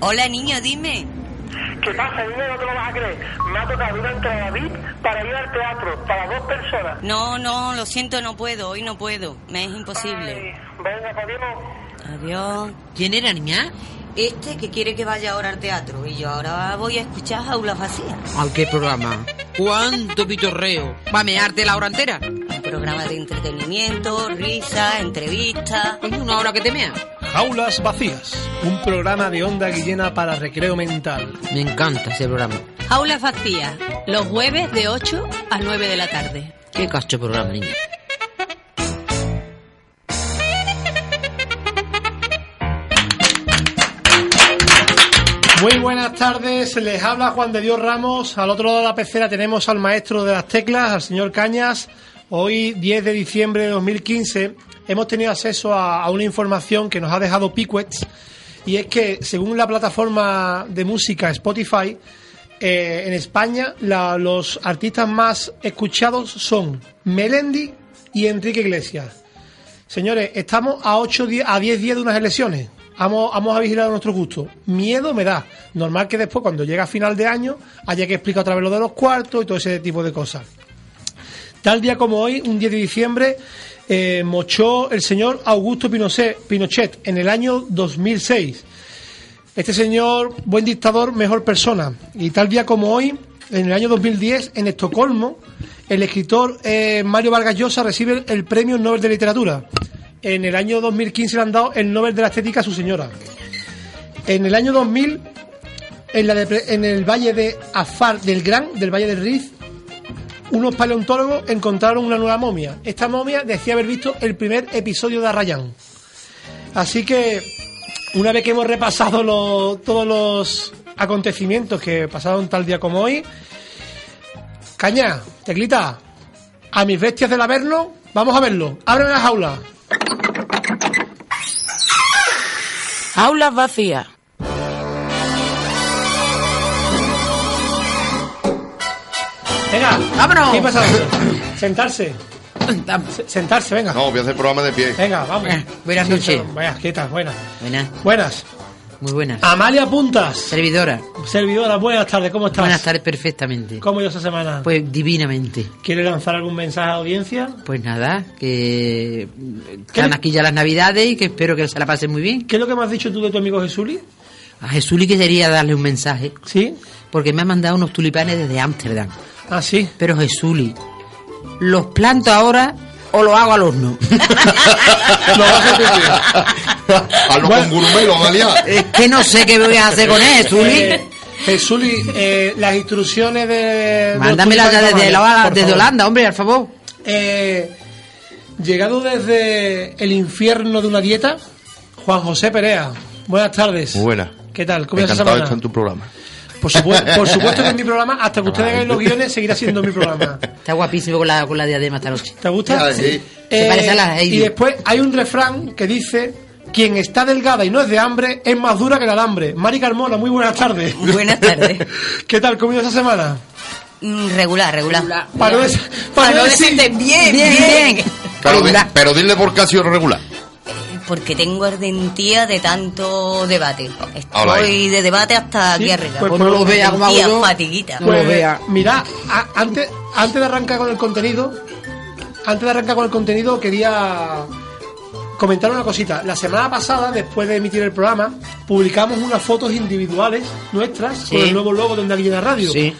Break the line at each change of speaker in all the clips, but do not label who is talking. Hola niño, dime.
¿Qué pasa, niño? No te lo vas a creer. Me ha tocado ir a entrar a VIP para ir al teatro, para dos personas.
No, no, lo siento, no puedo, hoy no puedo. Me es imposible.
Ay, venga, Fabiano.
Adiós.
¿Quién era, niña?
Este que quiere que vaya ahora al teatro y yo ahora voy a escuchar jaulas vacías.
Al qué programa? ¿Cuánto pitorreo? ¿Va a mearte la hora entera?
Un programa de entretenimiento, risa, entrevista.
Coño, una hora que te mea.
Jaulas Vacías, un programa de onda guillena para recreo mental.
Me encanta ese programa.
Aulas vacías, los jueves de 8 a 9 de la tarde.
Qué cacho programa, niña.
Muy buenas tardes, les habla Juan de Dios Ramos. Al otro lado de la pecera tenemos al maestro de las teclas, al señor Cañas. Hoy, 10 de diciembre de 2015, hemos tenido acceso a, a una información que nos ha dejado Piquets y es que, según la plataforma de música Spotify, eh, en España la- los artistas más escuchados son Melendi y Enrique Iglesias. Señores, estamos a 8 di- a 10 días de unas elecciones. Vamos, vamos a vigilar a nuestro gusto. Miedo me da. Normal que después, cuando llega a final de año, haya que explicar otra vez lo de los cuartos y todo ese tipo de cosas. Tal día como hoy, un 10 de diciembre, eh, mochó el señor Augusto Pinochet, Pinochet en el año 2006. Este señor, buen dictador, mejor persona. Y tal día como hoy, en el año 2010, en Estocolmo, el escritor eh, Mario Vargas Llosa recibe el Premio Nobel de Literatura. En el año 2015 le han dado el Nobel de la Estética a su señora. En el año 2000, en, la depre- en el valle de Afar del Gran, del valle del Riz, unos paleontólogos encontraron una nueva momia. Esta momia decía haber visto el primer episodio de Arrayán. Así que, una vez que hemos repasado lo- todos los acontecimientos que pasaron tal día como hoy, Caña, teclita, a mis bestias del Averno, vamos a verlo. Ábreme la jaula.
Aulas vacías.
Venga,
¡Vámonos!
¿Qué pasa? Sentarse,
Vamos.
sentarse, venga.
No, voy a hacer programa de pie.
Venga, vamos.
Eh, buenas noches.
son- Buenas, quietas, buenas.
Buenas,
Buenas.
muy buenas.
Amalia Puntas,
Servidora,
servidora, buenas tardes, ¿cómo estás?
buenas tardes perfectamente.
¿Cómo ha ido esta semana?
Pues divinamente.
¿Quiere lanzar algún mensaje a la audiencia?
Pues nada, que están aquí ya las navidades y que espero que se la pasen muy bien.
¿Qué es lo que me has dicho tú de tu amigo Jesuli?
A Jesús le quería darle un mensaje,
¿Sí?
porque me ha mandado unos tulipanes desde Ámsterdam.
Ah, sí.
Pero Jesuli, ¿los planto ahora o los hago al horno?
a los congurumé los van a liar.
es que no sé qué voy a hacer con él,
Eh,
Jesuli.
Jesuli, eh, las instrucciones de- de... los
Mándamela ya
tulipanes
desde,
amarillos,
la-
por
desde
favor.
Holanda, hombre, al favor.
Eh, llegado desde el infierno de una dieta, Juan José Perea. Buenas tardes.
Muy buena.
¿Qué tal? Pues, ¿Cómo ha ido esta
Encantado de estar
semana?
en tu programa.
Por, supuesto, por supuesto que es mi programa, hasta que ustedes hagan los guiones, seguirá siendo mi programa.
Está guapísimo con la, con la diadema esta noche.
¿Te gusta? Eh,
Ya, sí.
Se parece a la Heidi.
y después hay un refrán que dice: Quien está delgada y no es de hambre es más dura que el alambre. Mari Carmona, muy buenas tardes.
Buenas tardes.
¿Qué tal? ¿Cómo ha ido esta semana?
Mm, Regular, regular.
Para no, des- para no decir-
bien,
bien.
Pero, di- pero dile por qué ha sido regular.
Porque tengo ardentía de tanto debate.
Hola,
Estoy de debate hasta aquí arriba.
pues,
Pues no lo vea como hago
Ardentía,
yo.
fatiguita.
No lo vea.
Mira, a- antes, antes de arrancar con el contenido, antes de arrancar con el contenido, quería comentar una cosita. La semana pasada, después de emitir el programa, publicamos unas fotos individuales nuestras con
Sí.
el nuevo logo de Onda Guillena Radio.
Sí,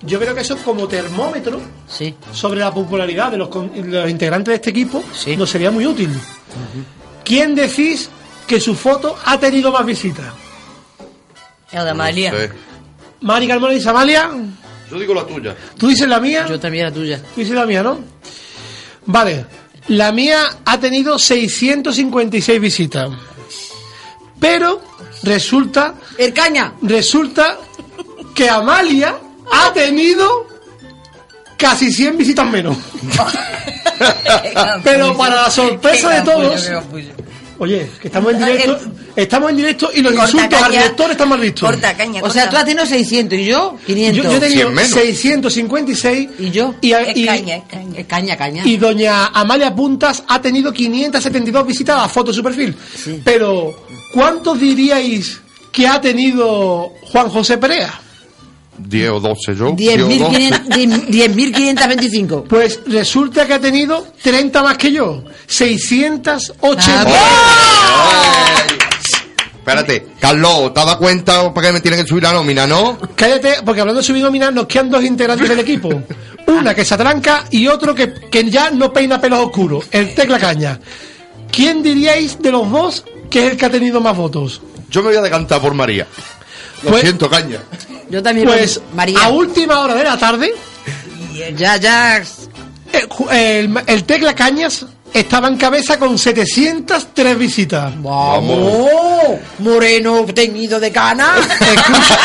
Yo creo que eso es como termómetro
sí.
sobre la popularidad de los, con- los integrantes de este equipo
Sí.
nos sería muy útil. ¿Quién decís que su foto ha tenido más visitas?
Lo de
Pues
Amalia.
Sí.
Mari Carmona y Samalia,
Yo digo la tuya.
¿tú dices la mía?
Yo también la tuya.
Tú dices la mía, ¿no? Vale, La mía ha tenido 656 visitas. Pero resulta,
El caña.
resulta que Amalia ha tenido casi 100 visitas menos. Pero para la sorpresa de todos, oye, que estamos en directo, estamos en directo y los
Corta
insultos al
caña.
director están mal vistos.
Corta, caña,
O sea, tú has
corta.
tenido 600 y yo 500.
Yo, yo he tenido
100 menos.
656
¿Y yo?
y,
Es
y-
caña, es caña.
Eh, Caña, caña.
y doña Amalia Puntas ha tenido 572 visitas a fotos de su perfil. Pero, ¿cuántos diríais que ha tenido Juan José Perea?
10 o 12 yo. 10 o 12.
10.500 10.525.
Pues resulta que ha tenido 30 más que yo. 680.
¡Ay! Espérate, Carlos, ¿te has dado cuenta para que me tienen que subir la nómina, no?
Cállate, porque hablando de subir nómina, nos quedan dos integrantes del equipo. Una que se atranca y otro que, que ya no peina pelos oscuros, el Tecla Caña. ¿Quién diríais de los dos que es el que ha tenido más votos?
Yo me voy a decantar por María. Lo
Pues-
siento, caña.
Yo también.
Pues
María.
a última hora de la tarde,
Ya, ya.
el, ju- el- el Tecla Cañas estaba en cabeza con 703 visitas.
Vamos.
¡Oh! Moreno teñido de cana.
Escucha-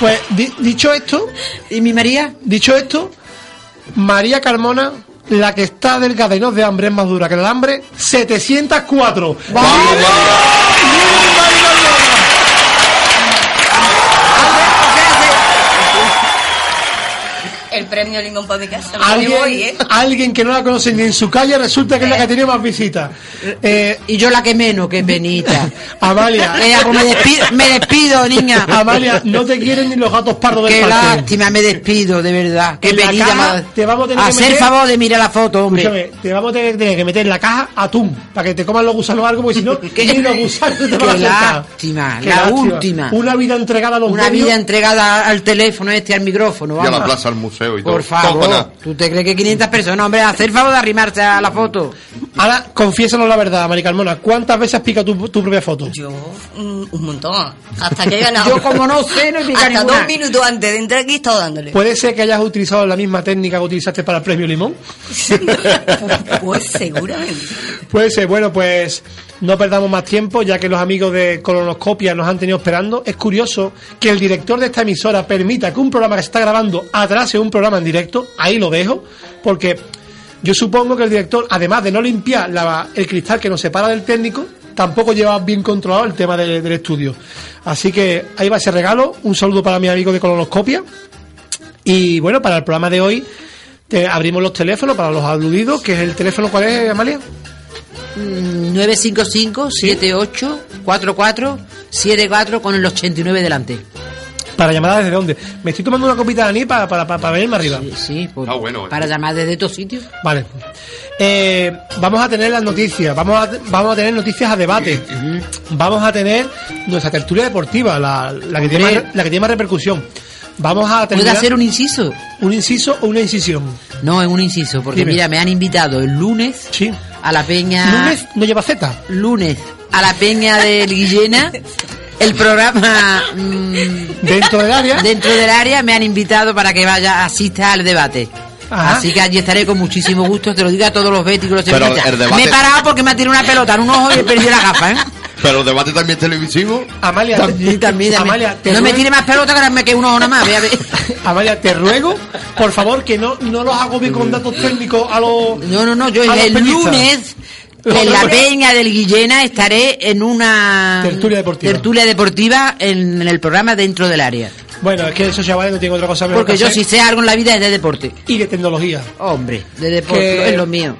Pues di- dicho esto,
¿Y mi María?
Dicho esto, María Carmona, la que está delgada y no es de hambre, es más dura que el hambre, 704.
El premio Limón para mi casa. Me voy,
Alguien,
¿eh?
alguien que no la conoce ni en su calle resulta que es la que tiene más visitas. Eh,
Y yo la que menos, que penita.
Amalia,
Vea, pues me despido, me despido, niña.
Amalia, no te quieren ni los gatos pardos del
Qué
parque.
lástima, me despido, de verdad. Qué
En la
penita.
caja
madre.
te vamos a tener que
Hacer
meter-
favor de mirar la foto, hombre.
Escúchame, te vamos a tener tener que meter en la caja atún para que te coman los gusanos o algo, porque si no, ni los gusanos te van a
Qué
acercar.
lástima,
Qué
la
lástima.
última.
Una vida entregada a los
Una
medios.
vida entregada al teléfono este, al micrófono.
Y a
Vamos.
la plaza, al museo y todo.
Por
Todo para nada.
favor. ¿Tú te crees que 500 personas, hombre, hacer favor de arrimarse a la foto?
Ahora, confiésanos la verdad, Mari Carmona, ¿cuántas veces has picado tu, tu propia foto?
Yo, un, Mm, un montón. Hasta que he ganado.
Yo como no sé, no he picado
Hasta
ninguna.
dos minutos antes de entrar aquí he estado dándole.
¿Puede ser que hayas utilizado la misma técnica que utilizaste para el premio Limón?
pues seguramente.
Puede ser, bueno, pues no perdamos más tiempo, ya que los amigos de Colonoscopia nos han tenido esperando. Es curioso que el director de esta emisora permita que un programa que se está grabando atrase un programa en directo, ahí lo dejo, porque yo supongo que el director, además de no limpiar la- el cristal que nos separa del técnico, tampoco lleva bien controlado el tema de- del estudio. Así que ahí va ese regalo, un saludo para mi amigo de Colonoscopia. Y bueno, para el programa de hoy te abrimos los teléfonos para los aludidos, que es el teléfono, ¿cuál es, Amalia?
Mm, 955-78-44-74 con el 89 delante.
Para llamadas desde dónde. Me estoy tomando una copita de anís para, para, para, para venirme arriba.
Sí, sí, por-
Ah, bueno, eh.
para llamar desde estos sitios.
Vale. Eh, vamos a tener las noticias, vamos a, vamos a tener noticias a debate, vamos a tener nuestra tertulia deportiva, la, la que, tiene más, re- la que tiene más repercusión. Vamos a
¿Puedo
terminar
hacer un inciso?
un inciso o una incisión.
No, es un inciso, porque
Dime.
mira, me han invitado el lunes
Sí.
a la peña...
Lunes no lleva Z.
Lunes, a la peña del Guillena, el programa... mm,
Dentro del área.
Dentro del área me han invitado para que vaya, asista al debate.
Ajá.
Así que allí estaré con muchísimo gusto, te lo digo a todos los béticos. los
Pero
sevillistas.
el debate-
Me he parado porque me ha tirado una pelota en un ojo y he perdido la gafa, ¿eh?
Pero el debate también televisivo.
Amalia, te-
También, también, también.
Amalia, te
no me
ruego-
tire más pelota que ahora me quede un ojo nada más. ve a ver.
Amalia, te ruego, por favor, que no, no los hago bien con datos técnicos a los.
No, no, no, yo
a los
el
periodistas.
lunes en la peña del Guillena estaré en una
Tertulia deportiva.
tertulia deportiva en, en el programa dentro del área.
Bueno, es que esos chavales no tienen otra cosa mejor
Porque
que
yo
hacer.
si sé algo en la vida es de deporte.
Y de tecnología.
Hombre, de deporte
Que-
es lo mío.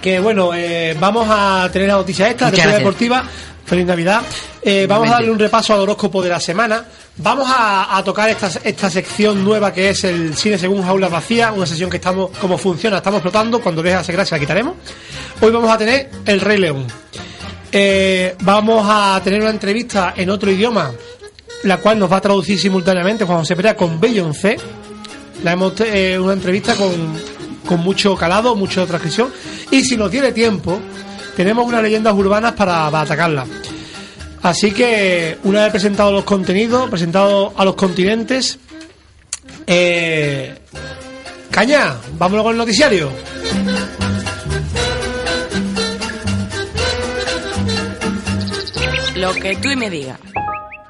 Que bueno, eh, vamos a tener la noticia esta, la
Muchas
tertulia
gracias.
deportiva. Feliz Navidad. Eh, vamos a
Igualmente.
darle un repaso al horóscopo de la semana. Vamos a, a tocar esta, esta sección nueva que es el cine según jaulas vacías, una sesión que estamos, como funciona, estamos flotando. Cuando deje de hacer gracia la quitaremos. Hoy vamos a tener El Rey León. Eh, vamos a tener una entrevista en otro idioma, la cual nos va a traducir simultáneamente Juan José Perea con Beyoncé. La hemos eh, una entrevista con, con mucho calado, mucha transcripción. Y si nos tiene tiempo, tenemos unas leyendas urbanas para, para atacarla. Así que, una vez presentados los contenidos, presentados a los continentes, Eh, Caña, vámonos con el noticiario.
Lo que tú y me digas.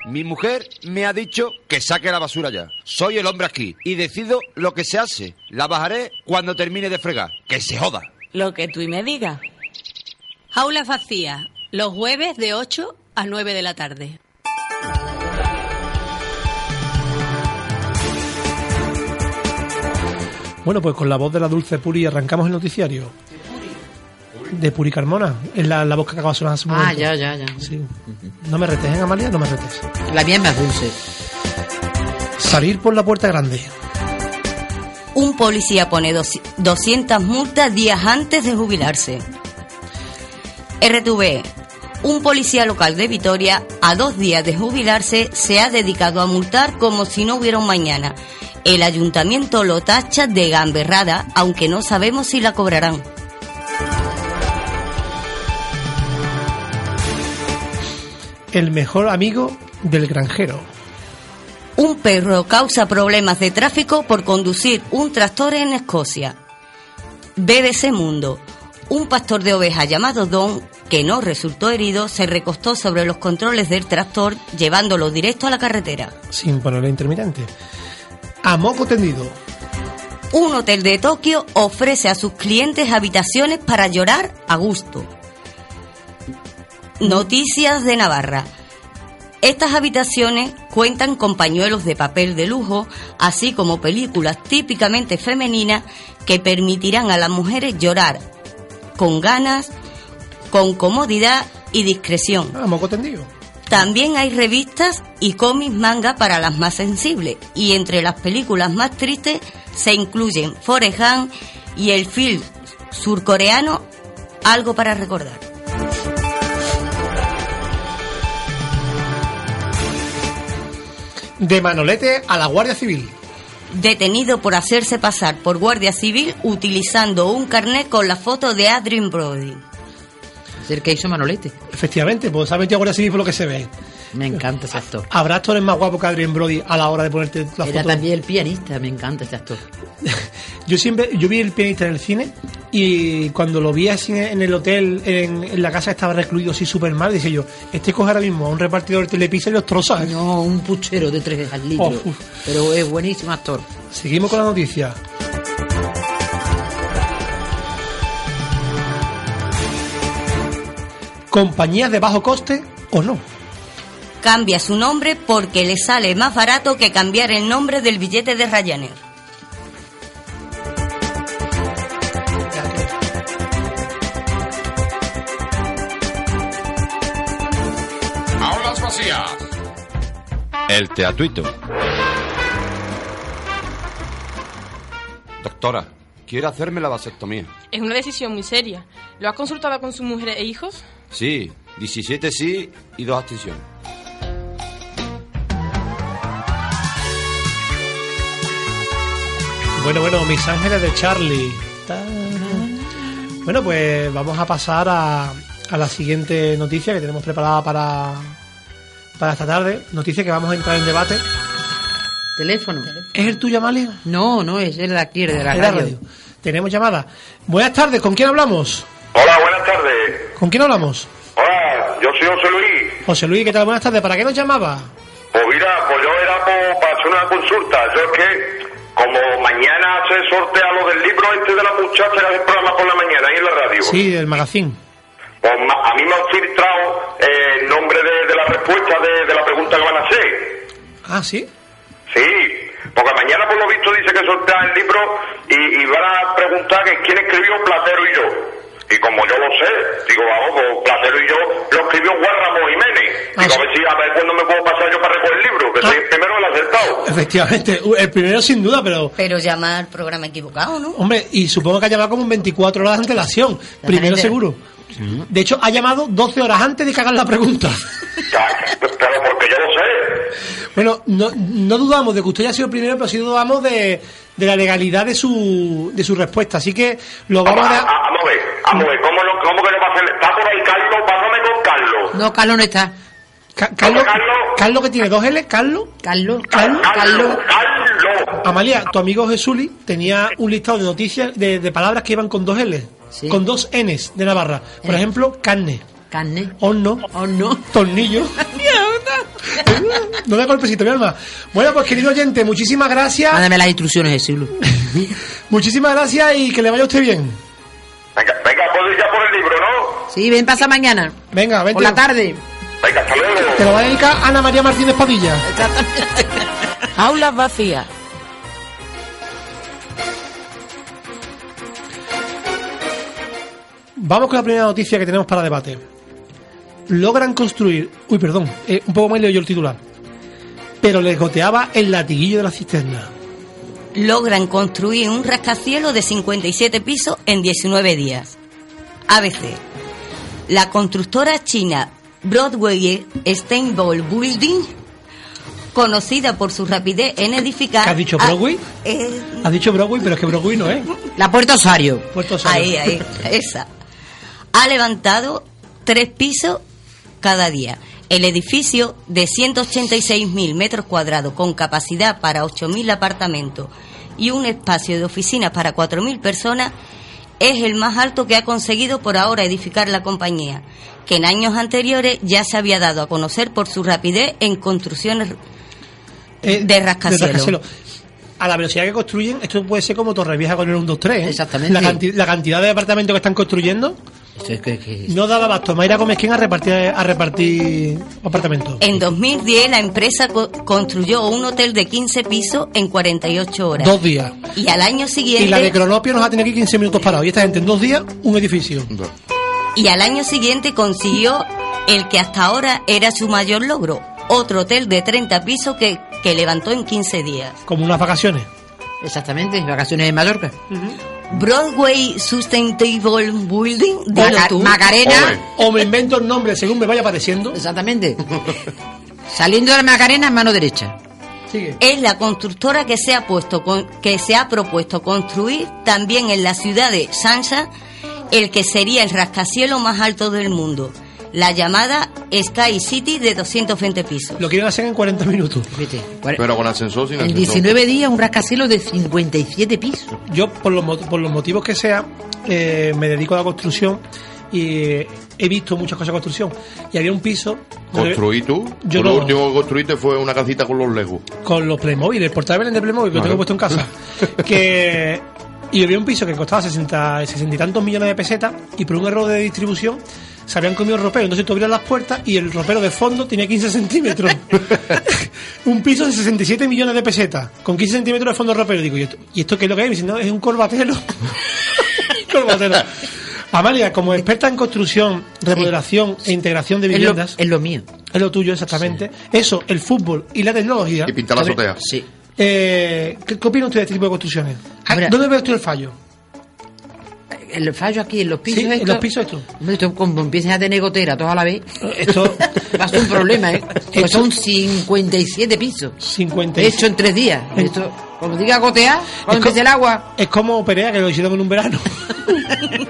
Mi mujer me ha dicho que saque la basura ya. Soy el hombre aquí y decido lo que se hace. La bajaré cuando termine de fregar. Que se joda.
Lo que tú y me digas.
Jaulas vacías, los jueves de 8 a 9 de la tarde.
Bueno, pues con la voz de la Dulce Puri arrancamos el noticiario. De Puri Carmona, es la, la voz que acaba de sonar hace un
Ah,
momento.
ya, ya, ya.
Sí. No me retes, ¿eh, Amalia? No me retes.
La mía es más dulce.
Salir por la puerta grande.
Un policía pone doci- 200 multas días antes de jubilarse. RTV. Un policía local de Vitoria, a dos días de jubilarse, se ha dedicado a multar como si no hubiera un mañana. El ayuntamiento lo tacha de gamberrada, aunque no sabemos si la cobrarán.
El mejor amigo del granjero.
Un perro causa problemas de tráfico por conducir un tractor en Escocia. BBC Mundo. Un pastor de ovejas llamado Don, que no resultó herido, se recostó sobre los controles del tractor llevándolo directo a la carretera.
Sin ponerle intermitente. A moco tendido.
Un hotel de Tokio ofrece a sus clientes habitaciones para llorar a gusto. Noticias de Navarra. Estas habitaciones cuentan con pañuelos de papel de lujo, así como películas típicamente femeninas que permitirán a las mujeres llorar con ganas, con comodidad y discreción.
A Ah, moco tendido.
También hay revistas y cómics manga para las más sensibles, y entre las películas más tristes se incluyen Forrest Gump y el film surcoreano Algo para recordar.
De Manolete a la Guardia Civil.
Detenido por hacerse pasar por guardia civil utilizando un carnet con la foto de Adrien Brody.
Es el que hizo Manolete.
Efectivamente, pues se ha metido a Guardia Civil por lo que se ve.
Me encanta ese actor.
¿Habrá actores más guapos que Adrien Brody a la hora de ponerte la
Era
foto?
también el pianista, me encanta ese actor.
Yo siempre, yo vi el pianista en el cine y cuando lo vi así en el hotel, en, en la casa estaba recluido así súper mal, dije yo, este coge ahora mismo a un repartidor de telepizza y los troza. ¿eh?
No, un puchero de tres al litro.
Oh.
Pero es buenísimo actor.
Seguimos con la noticia. Compañías de bajo coste o no.
Cambia su nombre porque le sale más barato que cambiar el nombre del billete de Ryanair.
Aulas vacías.
El teatuito. Doctora, quiero hacerme la vasectomía.
Es una decisión muy seria. ¿Lo has consultado con su mujer e hijos?
Sí, 17 sí y dos abstenciones.
Bueno, bueno, mis ángeles de Charlie. Bueno, pues vamos a pasar a, a la siguiente noticia que tenemos preparada para, para esta tarde. Noticia que vamos a entrar en debate.
Teléfono.
¿Es el tuyo, Amalia?
No, no, es el de aquí, el de la
Es la
radio.
radio. Tenemos llamada. Buenas tardes, ¿con quién hablamos?
Hola, buenas tardes.
¿Con quién hablamos?
Hola, yo soy José Luis.
José Luis, ¿qué tal? Buenas tardes. ¿Para qué nos llamaba?
Pues mira, pues yo era por, para hacer una consulta. Yo es que, como mañana se sortea lo del libro este de la muchacha, era el programa por la mañana ahí en la radio.
Sí, del magazine.
Pues ma- a mí me han filtrado eh, el nombre de, de la respuesta de, de la pregunta que van a hacer.
Ah, sí.
Sí, porque mañana por lo visto dice que sortea el libro y, y van a preguntar que quién escribió Platero y yo. Y como yo lo sé, digo, vamos, pues, Platero y yo lo escribió Juan Ramón Jiménez.
Ah,
Digo, a
sí.
ver si, a ver cuándo me puedo pasar yo para recoger el libro,
Ah.
que soy el primero el acertado.
Efectivamente. Uh, El primero sin duda, pero...
Pero llama al programa equivocado, ¿no?
Hombre, y supongo que ha llamado como un 24 horas de antelación. Primero
gente-
seguro. De hecho, ha llamado 12 horas antes de que hagan la pregunta.
Ya, Pero porque yo lo sé.
Bueno, no, no dudamos de que usted haya sido el primero, pero sí dudamos de, de la legalidad de su, de su respuesta. Así que lo vamos
Vamos, a,
a...
a- vamos a ver, vamos a ver, ah, pues, ¿cómo, no- cómo que no va a ser? Está por ahí Carlos, pásame con Carlos.
No, Carlos no está.
Ca- Carlos,
Carlos.
Carlos que tiene dos L, Carlos.
Carlos.
Carlos.
Carlos, Carlos,
Amalia, tu amigo Jesuli tenía un listado de noticias, de, de palabras que iban con dos L, con dos Ns de Navarra. Por
Eh.
ejemplo, carne,
Carne.
horno,
Horno.
tornillo. no da golpecito, mi alma. Bueno, pues querido oyente, muchísimas gracias.
Mándame las instrucciones, Jesús.
Muchísimas gracias y que le vaya a usted bien.
Venga, venga, puedo ir ya por el libro, ¿no?
Sí, ven, pasa mañana.
Venga, vente.
Por la tarde.
Venga, hasta luego.
Te lo va a dedicar Ana María Martínez Padilla.
Aulas vacías.
Vamos con la primera noticia que tenemos para debate. Logran construir. Uy, perdón, eh, un poco más leo yo el titular. Pero les goteaba el latiguillo de la cisterna.
Logran construir un rascacielos de 57 pisos en 19 días. ABC. La constructora china Broadway Steinbowl Building, conocida por su rapidez en edificar...
¿Qué has dicho,
Ah.
ha-
Broadway?
eh,
Has dicho Broadway, pero es que Broadway no es.
La Puerta Osario.
Puerto Sabio.
Ahí, ahí, esa. Ha levantado tres pisos cada día. El edificio de 186.000 metros cuadrados con capacidad para 8.000 apartamentos y un espacio de oficinas para 4.000 personas es el más alto que ha conseguido por ahora edificar la compañía, que en años anteriores ya se había dado a conocer por su rapidez en construcciones
Eh,
de rascacielos.
A la velocidad que construyen, esto puede ser como Torrevieja con el 1, 2, 3. ¿eh?
Exactamente.
La, canti- la cantidad de apartamentos que están construyendo
Esto es que- que-
no daba abasto. Mayra Gómez, ¿quién a repartir, a repartir apartamentos?
En 2010 la empresa co- construyó un hotel de 15 pisos en 48 horas.
Dos días.
Y al año
Y
siguiente,
la de Cronopio nos ha tenido aquí 15 minutos parados. Y esta gente en dos días, un edificio.
y al año siguiente consiguió el que hasta ahora era su mayor logro, otro hotel de 30 pisos que, que levantó en 15 días.
Como unas vacaciones.
Exactamente, vacaciones en Mallorca.
Broadway Sustainable Building, dilo
Maca-
tú.
Macarena.
O me invento el nombre según me vaya apareciendo.
Exactamente. Saliendo de la Macarena, mano derecha.
Sigue.
es la constructora que se ha puesto con- que se ha propuesto construir también en la ciudad de Sansa el que sería el rascacielos más alto del mundo, la llamada Sky City de 220 pisos.
Lo quieren hacer en 40 minutos.
Fíjate. cuare-
Pero con ascensor, sin
En
ascensor.
19 días, un rascacielos de 57 pisos.
Yo, por los, mo- por los motivos que sea, eh, me dedico a la construcción y eh, he visto muchas cosas de construcción. Y había un piso donde-
¿Construí tú?
Yo
Tú lo
no.
último que construiste fue una casita con los legos.
con los Playmobil, el portátil de Playmobil que lo
Claro.
tengo puesto en casa. que y había un piso que costaba 60, 60 y tantos millones de pesetas y por un error de distribución se habían comido el ropero. Entonces tú abrías las puertas y el ropero de fondo tenía 15 centímetros. un piso de 67 millones de pesetas con 15 centímetros de fondo de ropero. Digo, ¿y esto, ¿y esto qué es lo que hay? Me dice, no, es un corbatelo. corbatelo. Amalia, como experta en construcción, remodelación e integración de
Eh, Es lo,
viviendas,
es lo mío.
es lo tuyo exactamente. Eso, el fútbol y la tecnología.
Y pintar la
También-
azotea.
Sí.
eh, ¿qué, qué opina usted de este tipo de construcciones? Ah,
Hombre.
¿Dónde ve usted el fallo?
El fallo aquí, en los pisos.
Sí, en
estos-
los pisos estos. Eh,
Hombre, esto como empiezas a tener gotera toda la vez,
Esto,
va a ser un problema, ¿eh? Porque
Esto-
son 57 pisos.
50.
Hecho en tres días.
Eh.
Esto, como diga gotear,
Es co-
cuando empiece el agua.
Es como Perea, que lo hicieron en un verano.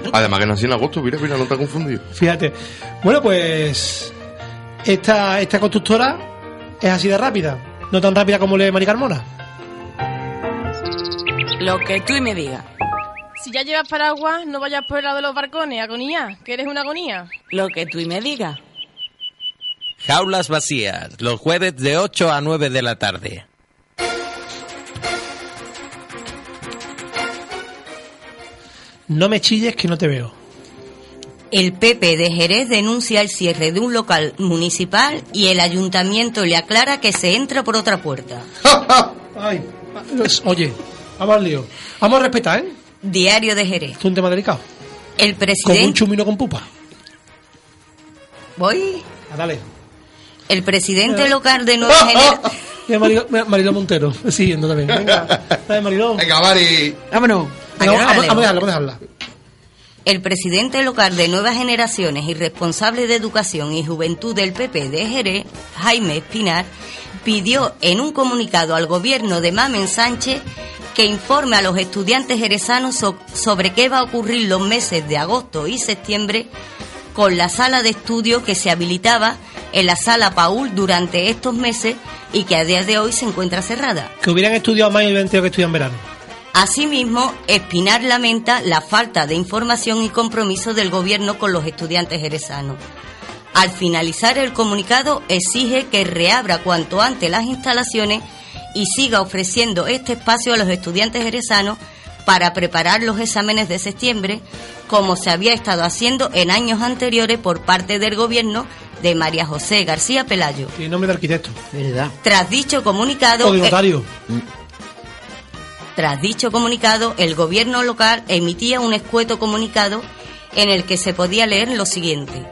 Además que nací en agosto, mira, mira, no te ha confundido.
Fíjate. Bueno, pues. Esta, esta constructora es así de rápida. No tan rápida como le de Mari Carmona.
Lo que tú y me digas.
Si ya llevas paraguas, no vayas por el lado de los barcones, agonía, que eres una agonía.
Lo que tú y me digas.
Jaulas vacías, los jueves de 8 a 9 de la tarde.
No me chilles que no te veo.
El PP de Jerez denuncia el cierre de un local municipal y el ayuntamiento le aclara que se entra por otra puerta.
Ay, pues, oye, vamos al lío. Vamos a respetar, ¿eh?
Diario de Jerez.
Esto es un tema delicado.
El
Como un
presidente...
chumino con pupa.
Voy.
Ah, dale. Eh. Ah,
El presidente local de Nueva Generación...
Mira, Marilo, mira, Mariló Montero, siguiendo también. Venga, dale, Mariló.
Venga, Mari.
Vámonos.
¿A qué
No,
hora la
vamos,
leo?
vamos a dejarla, vamos a dejarla.
El presidente local de Nuevas Generaciones y responsable de Educación y Juventud del PP de Jerez, Jaime Espinar, pidió en un comunicado al gobierno de Mamen Sánchez que informe a los estudiantes jerezanos so- sobre qué va a ocurrir los meses de agosto y septiembre con la sala de estudio que se habilitaba en la sala Paul durante estos meses y que a día de hoy se encuentra cerrada.
Que hubieran estudiado más y hubieran tenido que estudiar en verano.
Asimismo, Espinar lamenta la falta de información y compromiso del gobierno con los estudiantes jerezanos. Al finalizar el comunicado, exige que reabra cuanto antes las instalaciones y siga ofreciendo este espacio a los estudiantes jerezanos para preparar los exámenes de septiembre, como se había estado haciendo en años anteriores por parte del gobierno de María José García Pelayo.
Tiene nombre de arquitecto.
¿Verdad?
Tras dicho comunicado...
O de
eh,
notario.
Mm,
tras dicho comunicado, el gobierno local emitía un escueto comunicado en el que se podía leer lo siguiente.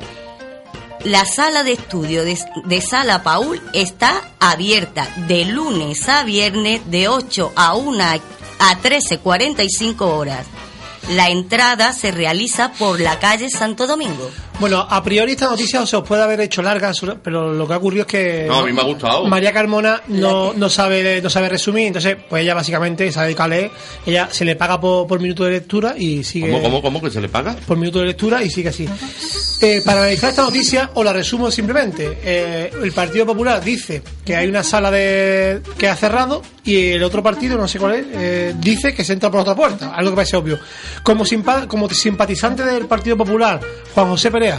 La sala de estudio de, de Sala Paul está abierta de lunes a viernes de 8 a 1 a 13.45 horas. La entrada se realiza por la calle Santo Domingo.
Bueno, a priori esta noticia se os puede haber hecho larga, sobre- pero lo que ha ocurrido es que...
No, a mí me ha gustado.
María Carmona no, no sabe no sabe resumir, entonces pues ella básicamente se ha dedicado a leer, ella se le paga por, por minuto de lectura y sigue...
¿Cómo, cómo, cómo que se le paga?
por minuto de lectura y sigue así. Eh, para analizar esta noticia, os la resumo simplemente. Eh, el Partido Popular dice que hay una sala de que ha cerrado y el otro partido, no sé cuál es, eh, dice que se entra por otra puerta, algo que parece obvio. Como, simpa- como simpatizante del Partido Popular, Juan José Perea,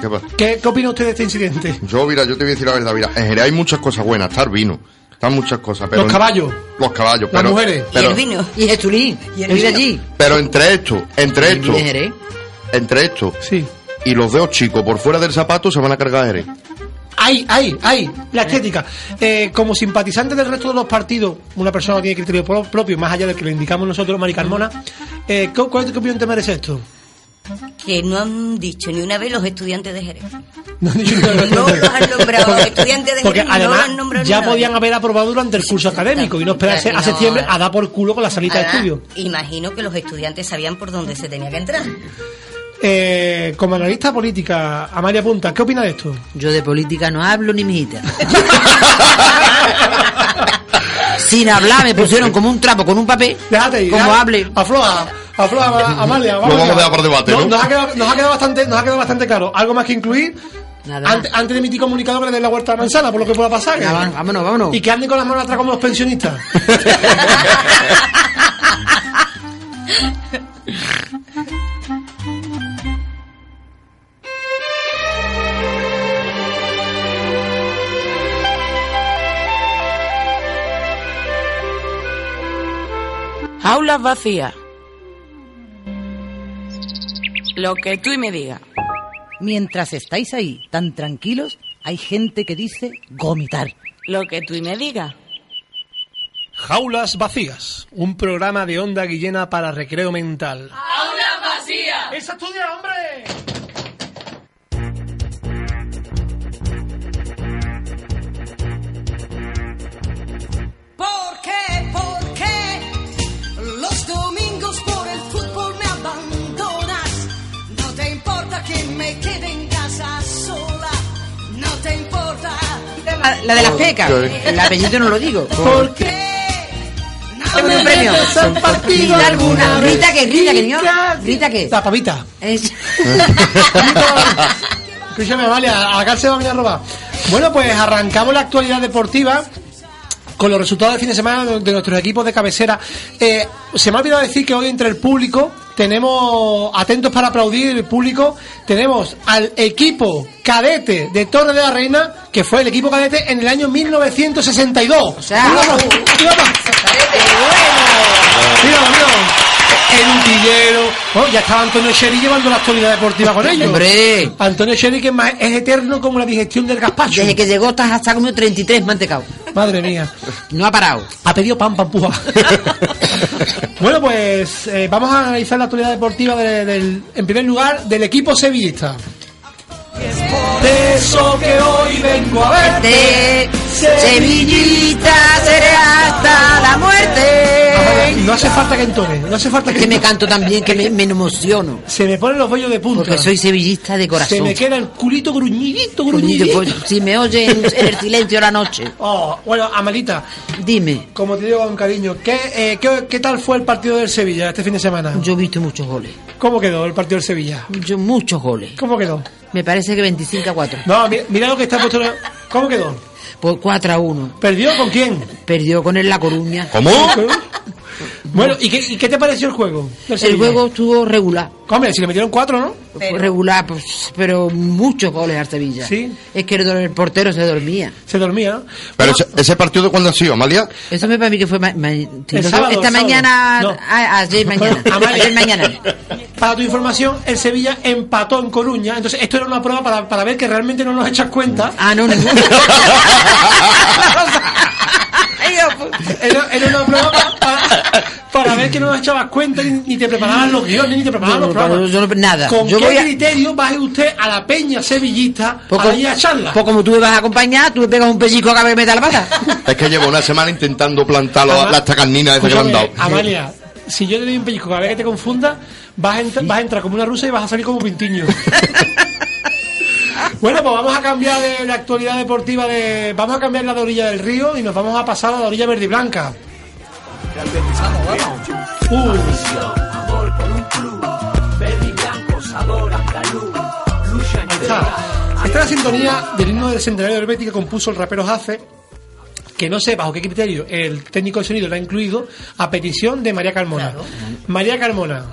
¿Qué pasa?
¿qué, qué opina usted de este incidente?
Yo, mira, yo te voy a decir la verdad, mira, en general hay muchas cosas buenas, está el vino, están muchas cosas, pero...
Los caballos.
Los caballos,
Las
pero...
mujeres.
pero-
vino.
Y el tulín. Y el allí.
Pero entre esto, entre
El vino
esto,
de Jerez.
entre esto
sí.
y los dedos chicos por fuera del zapato se van a cargar a Jerez.
¡Ay, ay, ay! La estética. Eh, como simpatizante del resto de los partidos, una persona que tiene criterio pro- propio, más allá del que le indicamos nosotros, Mari Carmona, eh, ¿cu- ¿cuál es tu opinión te merece esto?
Que no han dicho ni una vez los estudiantes de Jerez. No los han nombrado los estudiantes de
Porque
Jerez. no los
además
han nombrado
ya
ni una
podían
vez.
haber aprobado durante el curso académico y no esperarse
Claro,
a
no.
septiembre a dar por culo con la salita de
Además,
estudio.
Imagino que los estudiantes sabían por dónde se tenía que entrar.
Eh, como analista política, Amalia Punta, ¿qué opina de esto?
Yo de política no hablo ni mijita. Sin hablar, me pusieron como un trapo con un papel.
Déjate ir.
Como
déjate.
hable.
Afloja, afloja, Ah, Amalia.
Lo vamos a dejar para debate, ¿no?
Nos, ha quedado, nos ha quedado bastante, nos ha quedado bastante claro. ¿Algo más que incluir?
Nada.
Ante- Antes, de emitir comunicado que le den la vuelta a la manzana, por lo que pueda pasar.
Ya, va- vámonos, vámonos.
Y que anden con las manos atrás como los pensionistas.
Aulas vacías. Lo que tú y me digas.
Mientras estáis ahí tan tranquilos, hay gente que dice gomitar.
Lo que tú y me digas.
Jaulas vacías, un programa de onda guillena para recreo mental.
¡Aulas vacías! ¡Esa estudia, hombre!
¿Por qué? ¿Por qué? Los domingos por el fútbol me abandonas. No te importa que me quede en casa sola. No te importa.
Ah, La de las pecas.
Ok.
El apellido no lo digo.
eh. ¿Por
qué? un premio. Rita alguna. Rita que, Rita que, niño. Rita que.
La pavita.
Es-
Escúchame, vale, a a la cárcel van a robar. Bueno, pues arrancamos la actualidad deportiva con los resultados del fin de semana de de nuestros equipos de cabecera. Eh, se me ha olvidado decir que hoy entre el público tenemos, atentos para aplaudir el público, tenemos al equipo cadete de Torre de la Reina, que fue el equipo cadete en el año 1962.
sea,
Un aplauso, un aplauso. Mira, mira. El utillero. Bueno, ya estaba Antonio Sherry llevando la actualidad deportiva con ellos.
Hombre.
Antonio Sherry que es más- es eterno como la digestión del gazpacho.
Desde que llegó estás hasta comido 33 mantecados.
Madre mía.
No ha parado.
Ha pedido pan, pan, puja. bueno, pues eh, vamos a analizar la actualidad deportiva de- del, en primer lugar del equipo sevillista. eso que hoy vengo a
Eh, verte, Sevillita seré hasta la muerte.
entonen, no hace falta que entonen, no hace falta que
Que me canto también, que me, me emociono.
Se me ponen los vellos de punta.
Porque soy sevillista de corazón.
Se me queda el culito gruñidito,
Coñito,
gruñidito.
pues, si me oye en, en el silencio de la noche.
Oh, bueno, Amalita.
Dime.
Como te digo con cariño, ¿qué, eh, qué, qué tal fue el partido del Sevilla este fin de semana?
Yo he visto muchos goles.
¿Cómo quedó el partido del Sevilla?
Yo, muchos goles.
¿Cómo quedó?
Me parece que 25 a 4.
No, mi- mira lo que está puesto. ¿Cómo quedó?
Por 4 Pues a 1.
¿Perdió con quién?
Perdió con el La Coruña.
Bueno, ¿y qué, y qué te pareció el juego? del
El
Sevilla?
juego estuvo regular.
Hombre, si le metieron cuatro, ¿no?
Fue Regular, pues, pero muchos goles al Sevilla.
Sí.
Es que el, do- el portero se dormía.
Se dormía, ¿no?
Pero ese, ese partido, ¿cuándo ha sido, Amalia?
Eso me para mí que fue ma- ma- esta
sábado, el sábado.
mañana,
No.
a- ayer mañana,
Amalia.
ayer mañana.
Ah, Para tu información, el Sevilla empató en Coruña. Entonces, esto era una prueba para, para ver que realmente no nos echas cuenta.
Ah, no, ninguna. pues.
era, era una prueba para, para- para ver que no nos echabas cuenta, ni, ni te preparaban los guiones, ni te preparaban
No,
los
no,
programas.
yo no- nada.
¿Con
Yo
qué
voy a-
criterio va usted a la peña sevillista
Pues
a ir a charla?
como, pues como tú me vas a acompañar, tú me pegas un pellizco acá me metas la pata.
Es que llevo una semana intentando plantar los- las tacarninas esas que me han dado.
Escúchame, Amalia, si yo te doy un pellizco cada vez que te confunda, vas a, entra- vas a entrar como una rusa y vas a salir como Pintiño. bueno, pues vamos a cambiar de la actualidad deportiva de. Vamos a cambiar la de orilla del río y nos vamos a pasar a la orilla verde y blanca. Uy. Está. Esta es la sintonía del himno del centenario del Betis que compuso el rapero Jace, que no sé bajo qué criterio el técnico de sonido la ha incluido, a petición de María Carmona. María Carmona,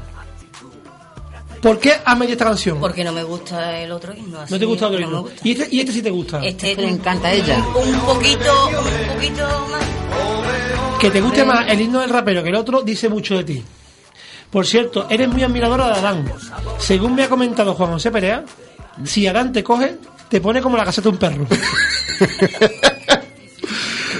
¿por qué has metido esta canción?
Porque no me gusta el otro himno. así
¿No te gusta otro
no me
himno?
gusta.
¿Y este, y este sí te gusta?
Este
le encanta a ella.
Un poquito, un poquito más.
Que te guste más el himno del rapero que el otro dice mucho de ti. Por cierto, eres muy admiradora de Adán. Según me ha comentado Juan José Perea, si Adán te coge, te pone como la caseta de un perro.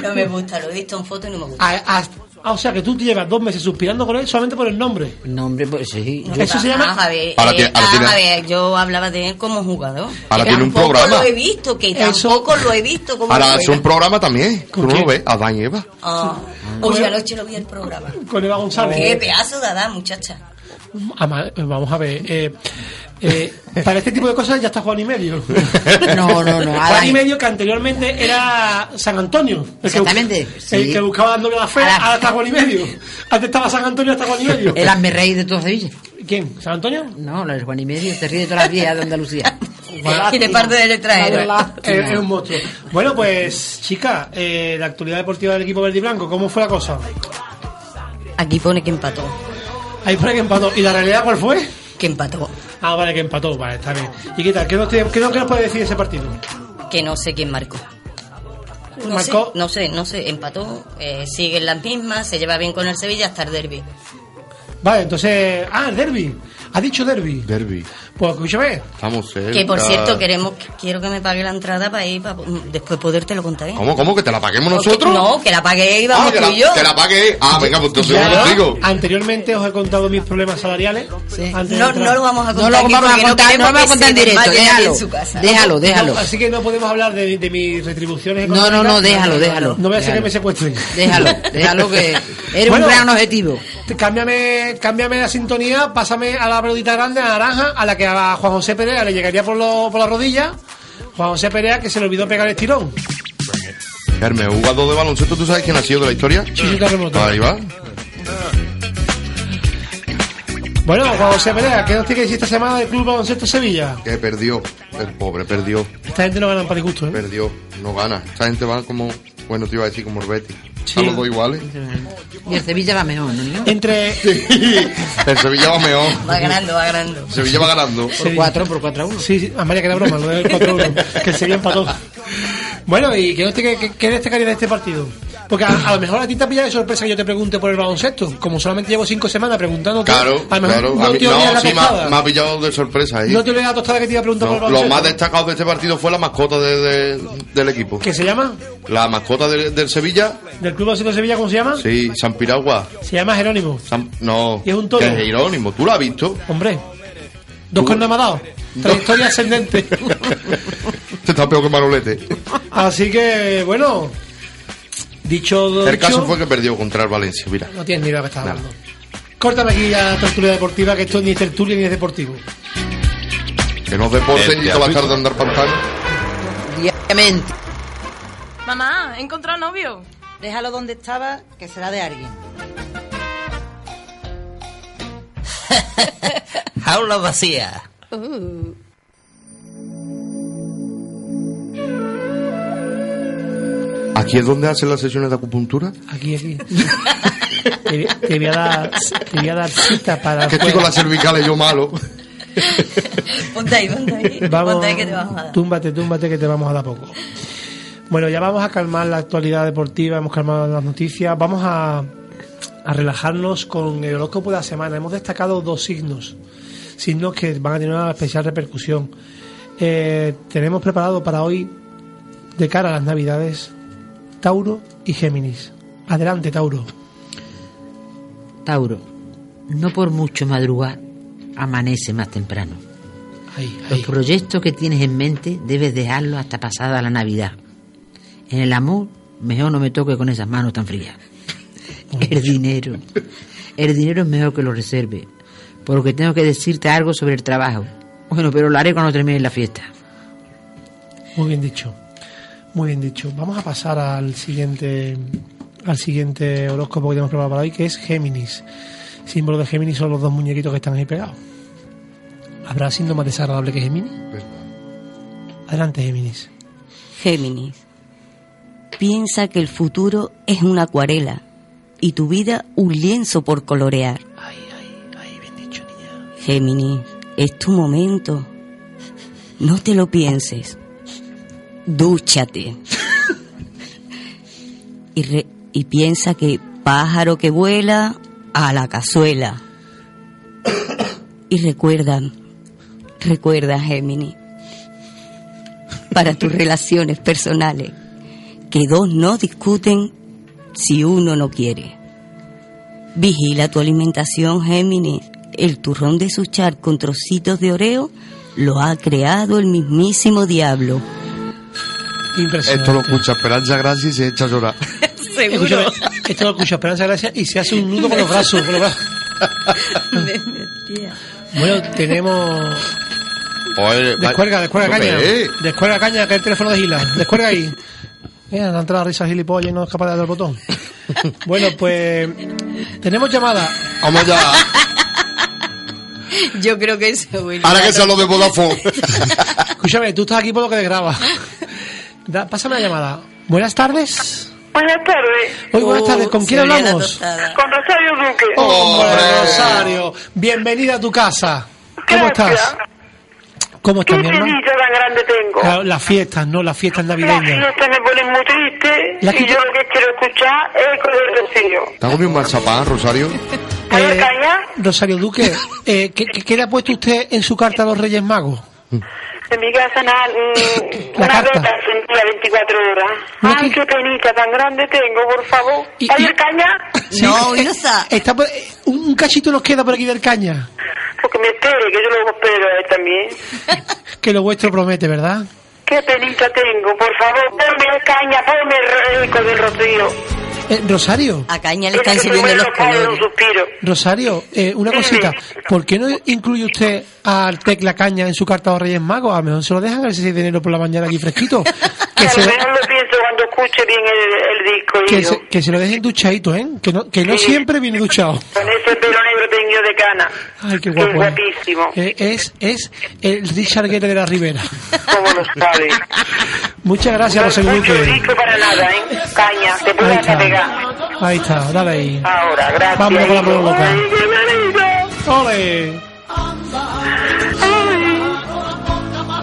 No me gusta, lo he visto en foto y no me gusta.
A- a- ah, o sea que tú te llevas dos meses suspirando con él solamente por el nombre.
No, hombre, pues sí.
No,
yo- Eso se llama-
vamos a ver,
Ahora
eh,
tiene- ahora
vamos
tiene-
a ver, yo hablaba de él como jugador.
Ahora
Que
tiene un
tampoco
programa.
lo he visto, que
Eso-
tampoco lo he visto. Como
Ahora
juega.
hace un programa también. Tú no lo ves, Adán y Eva.
Ah, Hoy anoche lo vi el programa.
Con Eva González.
Qué pedazo de Adán, muchacha.
Ama- eh, Vamos a ver. eh, eh, para este tipo de cosas ya está Juan y medio.
No, no, no.
Juan y
Adán,
medio que anteriormente era San Antonio. El que,
Exactamente,
bu- el
sí.
que buscaba dándole la fe,
Ahora-
ahora está Juan y medio. Antes estaba San Antonio, hasta Juan y medio.
el asmerrey de todo Sevilla.
¿Quién? ¿San Antonio?
No, el Juan y medio se ríe de todas las viejas de Andalucía.
Y de parte del
E,
extranjero.
La verdad, eh, Es, es un monstruo. Bueno, pues, chica, eh, la actualidad deportiva del equipo verde y blanco, ¿cómo fue la cosa?
Aquí pone que empató.
Ahí fue que empató. ¿Y la realidad cuál fue?
Que empató.
Ah, vale, que empató. Vale, está bien. ¿Y qué tal? ¿Qué nos, tiene- qué nos- qué nos puede decir ese partido?
Que no sé quién marcó. No
Marcó-
Sé, no sé, no sé. Empató, eh, sigue en las mismas, se lleva bien con el Sevilla hasta el derby.
Vale, entonces. Ah, el derby. Ha dicho derby.
Derby.
Pues escúchame.
Estamos cerca.
Que por cierto, queremos quiero que me pague la entrada para ir, para después podértelo contar.
¿Cómo, cómo? ¿Que te la paguemos
Porque-
nosotros?
No, que la pague y vamos
Ah, que
tú
la,
y yo.
que la pague. Ah, venga, pues entonces yo
Ya,
contigo.
Anteriormente os he contado mis problemas salariales. Antes de
No,
entrar.
no lo vamos a
No
contar.
lo
aquí
vamos a
porque
contar, no
queremos
vamos a
que
contar en
se
directo,
desmaye nadie
déjalo.
en su casa.
Déjalo, déjalo.
No, así que no podemos hablar de, de mis retribuciones.
No, no,
económicas.
no, déjalo, déjalo.
No voy a hacer
Déjalo.
que me secuestren.
Déjalo, déjalo que eres
Bueno.
un gran objetivo.
Te- Cámbiame, cámbiame la sintonía, pásame a la pelotita grande, a la naranja, a la que a Juan José Perea le llegaría por, lo- por la rodilla. Juan José Perea que se le olvidó pegar el tirón.
Carmen, jugador de baloncesto, ¿tú sabes quién ha sido de la historia?
Chiquita remota.
Ahí va.
Bueno, Juan José Perea, ¿qué nos tiene que decir esta semana del Club Baloncesto Sevilla?
Que perdió. El pobre perdió.
Esta gente no gana para disgusto, ¿eh?
Perdió. No gana. Esta gente va como... Bueno, te iba a decir como el Betis. Están los dos iguales.
Y el Sevilla va mejor, ¿no?
Entre.
El Sevilla va mejor.
Va ganando, va ganando.
El Sevilla va ganando.
Por 4, por 4 a 1.
Sí, sí, Amalia, que era broma, lo del 4-1, que sería empató. Bueno, ¿y qué, qué, qué, qué destacaría de este partido? Porque a, a lo mejor a ti te pilla de sorpresa que yo te pregunte por el baloncesto. Como solamente llevo cinco semanas preguntándote,
Claro,
a lo mejor
claro.
no
A mí-
te olvidas la
sí, me ha,
tostada.
me ha pillado de sorpresa ahí.
No te olvidas la tostada que te iba a preguntar por el
No, lo
baloncesto.
más destacado de este partido fue la mascota de- de- del equipo.
¿Qué se llama?
La mascota de- del Sevilla,
¿Del Club Baloncesto de Sevilla cómo se llama?
sí, San Piragua.
Se llama Jerónimo.
San- no,
Y es un toro.
que Jerónimo, ¿tú lo has visto?
Hombre, dos cuernos pues me ha dado. Trayectoria ascendente.
Este está peor que Manolete.
Así que, bueno, Dicho,
El
dicho,
caso fue que perdió contra el Valencia, mira.
No tienes ni idea de lo que estás
Nada.
hablando. Córtame aquí la tertulia deportiva, que esto ni es tertulia ni es deportivo.
Que no es deporte
El
y toda la
teatro.
tarde andar pantano.
Obviamente.
Mamá, he encontrado novio.
Déjalo donde estaba, que será de alguien.
Jaula vacía.
¿Aquí es donde hacen las sesiones de acupuntura?
Aquí, aquí. te, te voy a dar, te voy a dar cita para.
Que estoy con las cervicales yo malo. Ah.
Ponte ahí, ponte ahí.
Vamos,
Ponte ahí que te vamos a dar.
túmbate, túmbate que te vamos a dar poco. Bueno, ya vamos a calmar la actualidad deportiva, hemos calmado las noticias, vamos a, a relajarnos con el horóscopo de la semana. Hemos destacado dos signos, signos que van a tener una especial repercusión. Eh, tenemos preparado para hoy, de cara a las navidades, Tauro y Géminis. Adelante, Tauro.
Tauro, no por mucho madrugar, amanece más temprano. Los proyectos que tienes en mente debes dejarlos hasta pasada la Navidad. En el amor, mejor no me toque con esas manos tan frías. El dinero. El dinero es mejor que lo reserve. Porque tengo que decirte algo sobre el trabajo. Bueno, pero lo haré cuando termine la fiesta.
Muy bien dicho. Muy bien dicho. Vamos a pasar al siguiente al siguiente horóscopo que tenemos preparado para hoy, que es Géminis. Símbolo de Géminis son los dos muñequitos que están ahí pegados. ¿Habrá síntoma desagradable que Géminis? Adelante, Géminis.
Géminis. Piensa que el futuro es una acuarela y tu vida un lienzo por colorear. Géminis, es tu momento. No te lo pienses. Dúchate. y, re- y piensa que pájaro que vuela a la cazuela. y recuerda, recuerda, Géminis, para tus relaciones personales, que dos no discuten si uno no quiere. Vigila tu alimentación, Géminis. El turrón de Suchar con trocitos de oreo lo ha creado el mismísimo diablo.
Esto lo escucha Esperanza Gracia y se echa a llorar.
Escúchame, esto lo escucha Esperanza Gracias y se hace un nudo con los brazos. con los brazos. bueno, tenemos... Descuelga, descuelga caña. Descuelga caña, que el teléfono de Gila. Descuelga ahí. Mira, la entrada risa gilipollas y no es capaz de dar el botón. Bueno, pues tenemos llamada.
Vamos ya.
Yo creo que eso, Willy.
Ahora que se lo de Vodafone.
Escúchame, tú estás aquí por lo que desgraba. Da- pásame la llamada. Buenas tardes.
Buenas tardes.
Hoy buenas tardes, ¿con quién hablamos?
Con Rosario Duque.
Hola, Rosario. Pues Bienvenida a tu casa. ¿Cómo estás? ¿Cómo
¿Qué
estás, mi hermano?
penita tan grande tengo?
Claro, las fiestas, ¿no? Las fiestas
Las
navideñas.
fiestas me ponen muy triste
La
y yo lo que quiero escuchar es el color del Rocío.
¿Te has comido un marzapán, Rosario?
Eh, Rosario Duque, eh, ¿qué, qué- qué le ha puesto usted en su carta a los Reyes Magos?
En mi casa nada, mm,
La
una
carta.
vez al día 24 horas. Ay, qué penita tan grande tengo, por favor. ¿Hay el caña?
eh, está por- eh, un un cachito nos queda por aquí del caña.
Porque me espere, que yo lo espero a él también.
Que lo vuestro promete, ¿verdad?
Qué penita tengo, por favor, ponme el caña, ponme el rico del Rocío.
Eh, Rosario,
A Caña le
Es que
están
se
subiendo
mueren
los
padres,
colores.
un suspiro.
Rosario, eh, una cosita. ¿Por qué no incluye usted al Tecla Caña en su carta a los Reyes Magos? A lo mejor se lo dejan el 6 de enero por la mañana aquí fresquito.
Que a lo mejor lo pienso cuando escuche bien el, el disco.
Que
Y yo,
se, que se lo dejen duchadito, ¿eh? Que no, que no siempre viene duchado.
Con ese pelo negro teñido de cana.
Ay,
Qué
qué guapo. ¿eh?
guapísimo.
Eh, es, es el Richard Guerre de la Ribera.
¿Cómo lo sabe?
Muchas gracias,
no
Rosario
escucho el
Duque.
disco para nada, ¿eh? Caña, te
Ahí
puedes
está.
pegar.
Ahí está, dale ahí.
Ahora, gracias.
Vamos con la
hijo.
provoca.
Ay, qué bonito.
¡Ole!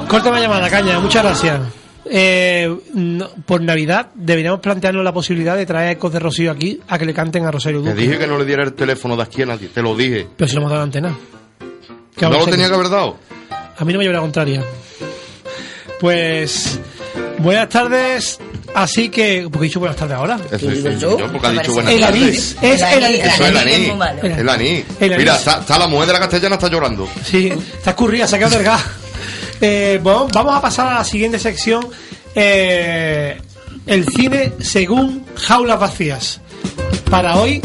Corta la llamada, caña, muchas gracias. Eh, no, por Navidad deberíamos plantearnos la posibilidad de traer ecos de Rocío aquí a que le canten a Rosario
Te
Duque.
dije que no le diera el teléfono de aquí a nadie, te lo dije.
Pero se lo hemos dado a la antena. ¿Qué
No lo
vamos a hacer?
tenía que haber dado.
A mí no me lleva la contraria. Pues buenas tardes. Así que, porque he dicho buenas tardes ahora.
Eso es yo, porque ha dicho buenas
El
tardes.
anís, es el anís.
Eso es el
El anís
anís.
es muy malo.
El anís.
El anís.
Mira, está, está la mujer de la castellana está llorando.
Sí, está escurrida, se ha quedado delgada. Eh, bueno, vamos a pasar a la siguiente sección. Eh, el cine según jaulas vacías. Para hoy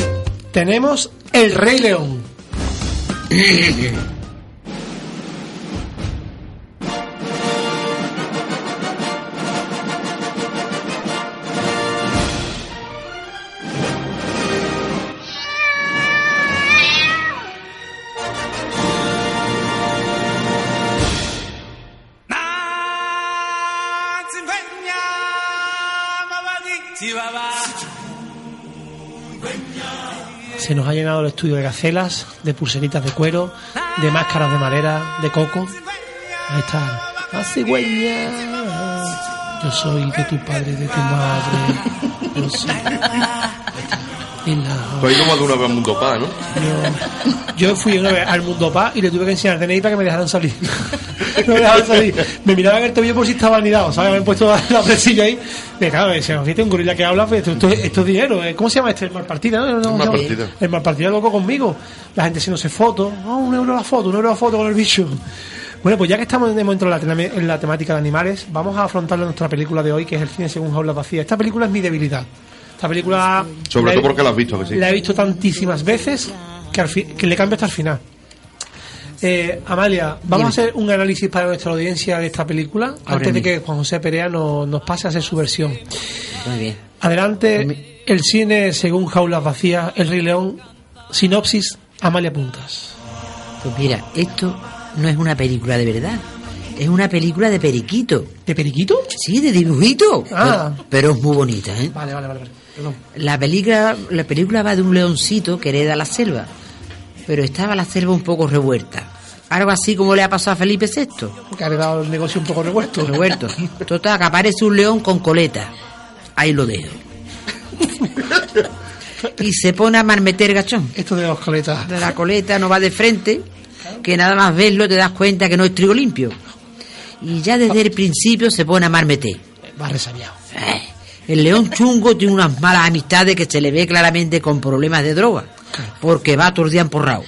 tenemos El Rey León. Se nos ha llenado el estudio de gacelas, de pulseritas de cuero, de máscaras de madera, de coco. Ahí está. La cigüeña. Yo soy de tu padre, de tu madre. Yo soy. Y la-
Tú has ido más de una vez a Mundo Paz, ¿no?
Yo fui una vez al Mundo Paz y le tuve que enseñar el DNI para que me dejaran salir. No me dejaban salir. Me miraban el tobillo por si estaba anidado, ¿sabes? Me han puesto la, la presilla ahí. De claro, me decían, ¿viste un gorila que habla? Pues esto, esto- esto es dinero. ¿eh? ¿Cómo se llama este? El mal partido, ¿no? No, no,
El mal
no.
partido.
El mal partido loco conmigo. La gente haciéndose fotos. Ah, un euro la foto, un euro la foto con el bicho. Bueno, pues ya que estamos dentro de la, tema- en la temática de animales, vamos a afrontar nuestra película de hoy, que es el cine según jaulas vacías. Esta película es mi debilidad. Esta película...
Sobre
la-
todo porque la has visto, que sí.
la he visto tantísimas veces que, al fi- que le cambio hasta el final. Eh, Amalia, vamos a hacer un análisis para nuestra audiencia de esta película antes de
mismo.
que Juan José Perea no- nos pase a hacer su versión.
Muy bien.
Adelante, el cine según Jaulas Vacías, El Rey León, sinopsis, Amalia Puntas.
Pues mira, esto no es una película de verdad. Es una película de periquito.
¿De periquito?
Sí, de dibujito.
Ah.
Pero, pero es muy bonita, ¿eh?
Vale, vale, vale, vale, perdón.
La película, la película va de un leoncito que hereda la selva, pero estaba la selva un poco revuelta. Algo así como le ha pasado a Felipe VI.
Que ha heredado el negocio un poco revuelto.
Revuelto. Total, que aparece un león con coleta. Ahí lo dejo. Y se pone a marmeter gachón.
Esto de las coletas.
De la coleta no va de frente, que nada más verlo te das cuenta que no es trigo limpio. Y ya desde el principio se pone a marmeter.
Va resabiado.
Eh, El león chungo tiene unas malas amistades que se le ve claramente con problemas de droga, porque va todo el día emporrado,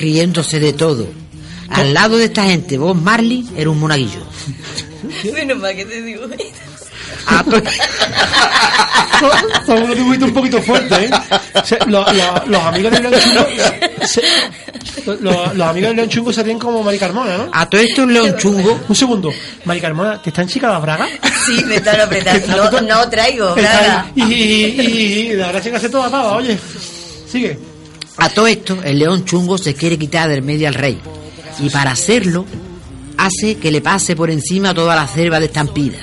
riéndose de todo. Al lado de esta gente, vos Marley era un monaguillo.
Bueno, ¿para qué te digo esto?
A to-
Fue un dibujito un poquito fuerte, ¿eh? Se- lo- lo- los amigos de León Chungo... se- lo- lo- los amigos de León Chungo se ríen como Mari Carmona, ¿no?
A todo esto un león chungo.
Un segundo. Mari Carmona, ¿te están chicas las bragas?
Sí, me están apretando. No, no traigo nada.
Y, y- y- y la verdad es que se hace toda pava, oye. Sigue.
A todo esto, el león chungo se quiere quitar del medio al rey. Y para hacerlo, hace que le pase por encima toda la selva de estampida.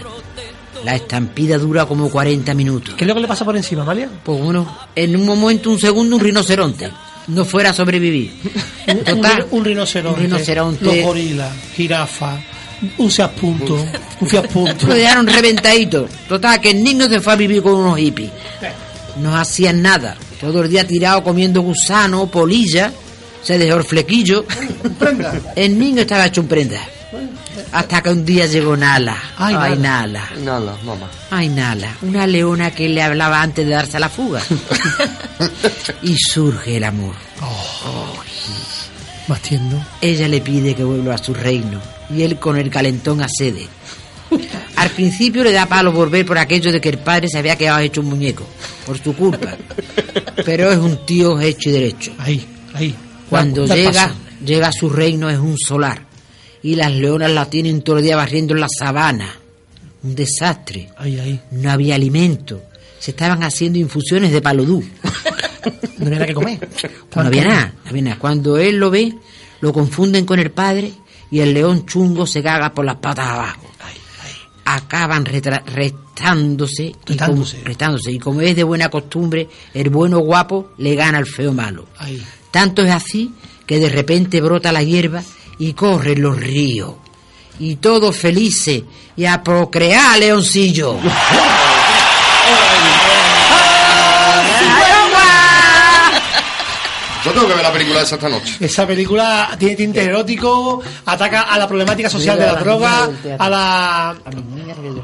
La estampida dura como 40 minutos.
¿Qué es lo que le pasa por encima, Amalia?
Pues uno, en un momento, un segundo, un rinoceronte. No fuera a sobrevivir.
Un, un ri- un rinoceronte.
Un rinoceronte.
Los gorilas, jirafa, un seaspunto, un fiaspunto.
Lo dejaron reventadito. Total, que el niño se fue a vivir con unos hippies. No hacían nada. Todo el día tirado comiendo gusano, polilla. Se dejó el flequillo. El niño estaba hecho un prenda. Hasta que un día llegó Nala.
Ay,
Ay,
Nala.
Nala.
Nada, mamá.
Ay, Nala, una leona que le hablaba antes de darse a la fuga. y surge el amor.
Oh, Más tiendo.
Ella le pide que vuelva a su reino y él con el calentón accede. Al principio le da palo volver por aquello de que el padre se había quedado hecho un muñeco, por su culpa. Pero es un tío hecho y derecho.
Ahí, ahí.
Cuando
Da- da
llega,
paso.
llega a su reino es un solar y las leonas la tienen todo el día barriendo en la sabana. Un desastre.
Ahí, ahí.
No había alimento. Se estaban haciendo infusiones de paludú.
No había nada que comer.
No había nada, no había nada. Cuando él lo ve, lo confunden con el padre y el león chungo se caga por las patas abajo. Acaban retra- restándose, y como-
Retándose.
retándose. Y como es de buena costumbre, el bueno guapo le gana al feo malo.
Ahí.
Tanto es así que de repente brota la hierba y corren los ríos. Y todos felices y a procrear, leoncillo.
Yo tengo que ver la película esa esta noche.
Esa película tiene tinte erótico, ataca a la problemática social de la droga, a la...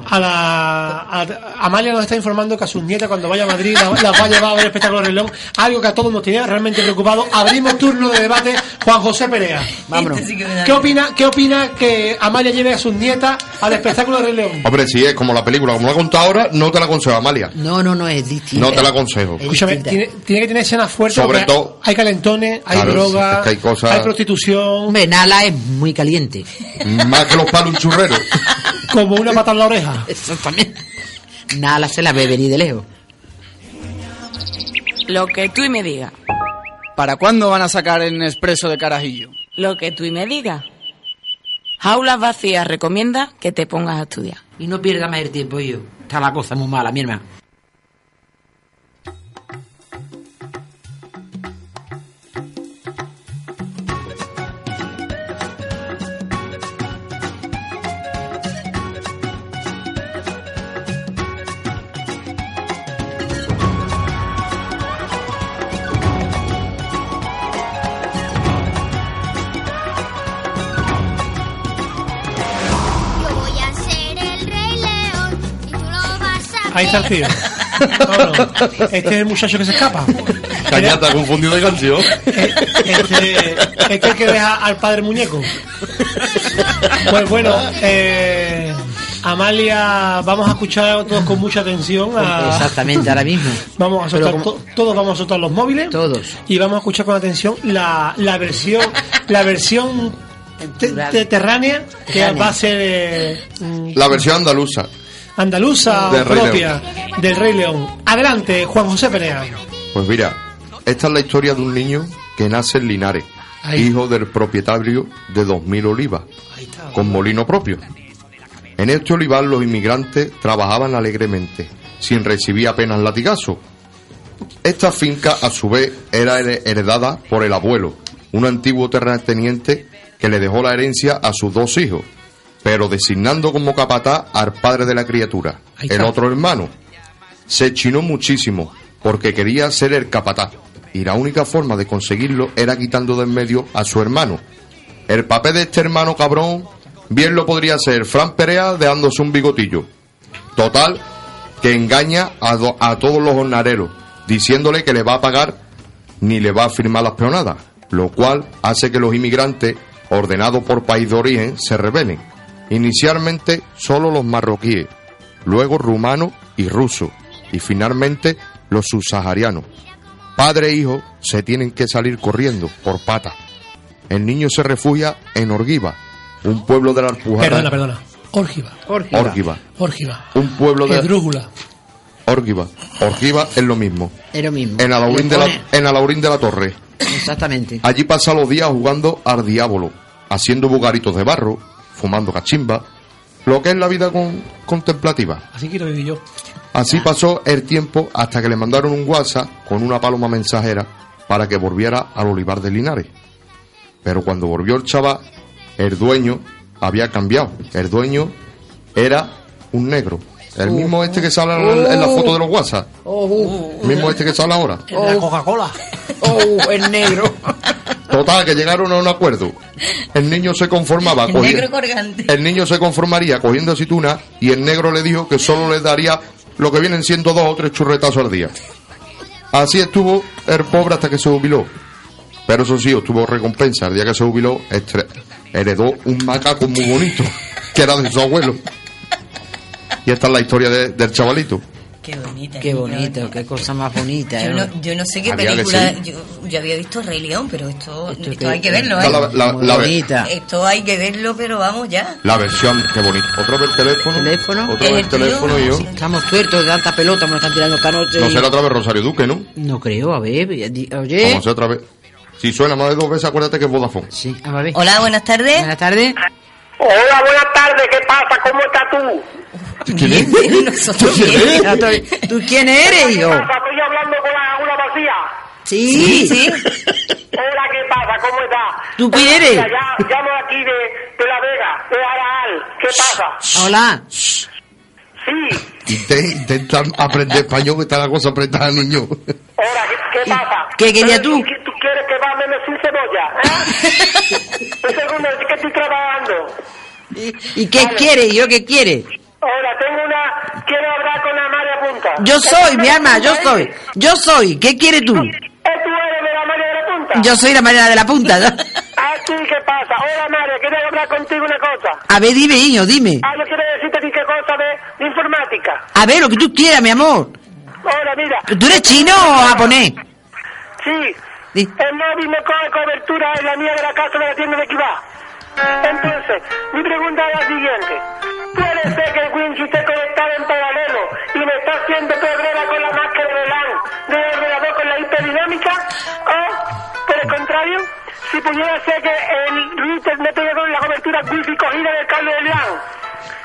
A la... a- Amalia nos está informando que a sus nietas cuando vaya a Madrid la- las va a llevar a ver el espectáculo del reloj, algo que a todos nos tiene realmente preocupados. Abrimos turno de debate, Juan José Perea.
Vámonos. Este
¿Qué opina, ¿Qué opina que Amalia lleve a sus nietas al espectáculo del Rey León?
Hombre, si es como la película, como la he contado ahora, no te la aconsejo, Amalia.
No, no, no es distinto.
No te la aconsejo.
Escúchame, tiene, tiene que tener escenas fuertes.
Sobre
porque
todo-
Hay calentones, hay
Claro,
droga,
es que hay cosas-
prostitución.
Hombre, Nala es muy caliente.
Más que los palos un churrero.
Como una pata en la oreja.
Exactamente. Nala se la bebe ni de lejos.
Lo que tú y me digas.
¿Para cuándo van a sacar el expreso de Carajillo?
Lo que tú y me digas. Jaulas vacías recomienda que te pongas a estudiar.
Y no pierda más el tiempo yo. Está la cosa muy mala, mi hermano.
Yo voy a ser el rey león y tú lo vas a
Ahí está el
ver.
tío. Vámonos. Este es el muchacho que se escapa.
Cañata confundido de canción.
Este, este es el que deja al padre muñeco. Pues bueno, eh, Amalia, vamos a escuchar todos con mucha atención.
Ah.
a-
Exactamente, ahora mismo.
Vamos a
Pero
soltar,
como-
to- todos vamos a soltar los móviles. Todos. Y vamos a escuchar con atención la, la versión, la versión te- te- terránea que
Terránea.
va a ser eh,
La versión andaluza.
andaluza
Del
o
Rey
propia del Rey León. Adelante, Juan José Perea.
Pues mira, esta es la historia de un niño que nace en Linares, hijo del propietario de 2.000 olivas, con molino propio. En este olivar los inmigrantes trabajaban alegremente, sin recibir apenas latigazo. Esta finca, a su vez, era her- heredada por el abuelo, un antiguo terrateniente que le dejó la herencia a sus dos hijos, pero designando como capataz al padre de la criatura, el otro hermano, se chinó muchísimo porque quería ser el capataz y la única forma de conseguirlo era quitando de en medio a su hermano. El papel de este hermano cabrón bien lo podría ser Fran Perea dejándose un bigotillo. Total, que engaña a, do- a todos los jornaleros diciéndole que le va a pagar ni le va a firmar las peonadas, lo cual hace que los inmigrantes ordenados por país de origen se rebelen. Inicialmente solo los marroquíes, luego rumanos y rusos, y finalmente los subsaharianos. Padre e hijo se tienen que salir corriendo por patas. El niño se refugia en Orgiva, un pueblo de la Alpujarra.
Perdona, perdona. Orgiva. Orgiva.
Orgiva. Un pueblo de Orgiva. Orgiva es lo mismo.
Es lo mismo.
En Alaurín de la, en Alaurín de la Torre.
Exactamente.
Allí pasa los días jugando al diablo, haciendo bugaritos de barro, fumando cachimba, lo que es la vida con- contemplativa.
Así quiero vivir yo.
Así pasó el tiempo hasta que le mandaron un WhatsApp con una paloma mensajera para que volviera al olivar de Linares. Pero cuando volvió el chaval, el dueño había cambiado. El dueño era un negro. El mismo este que se habla en la- en la foto de los WhatsApp.
Oh, uh.
El mismo este que se habla ahora.
La Coca-Cola.
Oh, el negro.
Total, que llegaron a un acuerdo. El niño se conformaba.
El
cogi-
negro colgante.
el niño se conformaría cogiendo aceituna y el negro le dijo que solo le daría lo que vienen siendo dos o tres churretazos al día. Así estuvo el pobre hasta que se jubiló. Pero eso sí, obtuvo recompensa. El día que se jubiló, estre- heredó un macaco muy bonito, que era de su abuelo. Y esta es la historia de- del chavalito.
Qué bonita.
Qué bonito, qué cosa más bonita.
Yo
¿eh?
no, yo no sé qué
Había que
película.
sí.
Yo, yo había visto Rey León, pero esto, esto,
que-
hay que verlo, ¿eh?
Está la- la- Muy la- bonita.
Esto hay que verlo, pero vamos ya.
La versión, qué bonito. Otra vez el teléfono. Otra vez el teléfono y yo.
Estamos tuertos de tanta pelota, me lo están tirando esta noche.
No será otra vez Rosario Duque, ¿no?
No creo, a ver, di-
Vamos a
oye.
hacer otra vez. Si suena más de dos veces, acuérdate que es Vodafone.
Sí, a ver.
Hola, buenas tardes. Buenas
tardes.
Hola, buenas tardes, ¿qué pasa? ¿Cómo estás tú?
Bien, bien, nosotros bien. Ya estoy- ¿Tú quién eres, yo?
Estoy hablando con la, una vacía.
Sí, sí.
Hola, ¿qué pasa? ¿Cómo estás? Ah,
¿Tú quién eres?
Mira, Ya, llamo aquí
Ah.
de, de La Vega, de Araal. ¿Qué pasa?
Hola.
Sí,
Inten- Intenta aprender español que está la cosa apretada, niño.
¿Qué pasa?
¿Qué querías tú?
¿Qué tú quieres que va menos sin cebolla? ¿eh? Yo tengo una que estoy trabajando.
¿Y qué quiere? ¿Y yo qué quiere?
Ahora tengo una. Quiero hablar con Amalia Punta.
Yo soy, mi alma, yo soy. Yo soy. ¿Qué quiere tú?
¿Eh, ¿Tú eres de la Amalia de la Punta?
Yo soy la Mariana de la Punta. ¿no?
Ah, sí, ¿qué pasa? Hola, Amalia, quiero hablar contigo una cosa.
A ver, dime, niño, dime.
Ah, yo quiero decirte a ti qué cosa de, de informática.
A ver, lo que tú quieras, mi amor.
Ahora, mira.
¿Tú eres chino o japonés?
Sí. El móvil me coge cobertura en la mía de la casa de la tienda de Kibá. Entonces, mi pregunta es la siguiente. ¿Puede ser que el Winchi esté conectado en paralelo y me está haciendo programa con la máscara de LAN del ordenador con la hipodinámica? ¿O, por el contrario, si pudiera ser que el router no tenga con la cobertura wifi cogida del cable de LAN?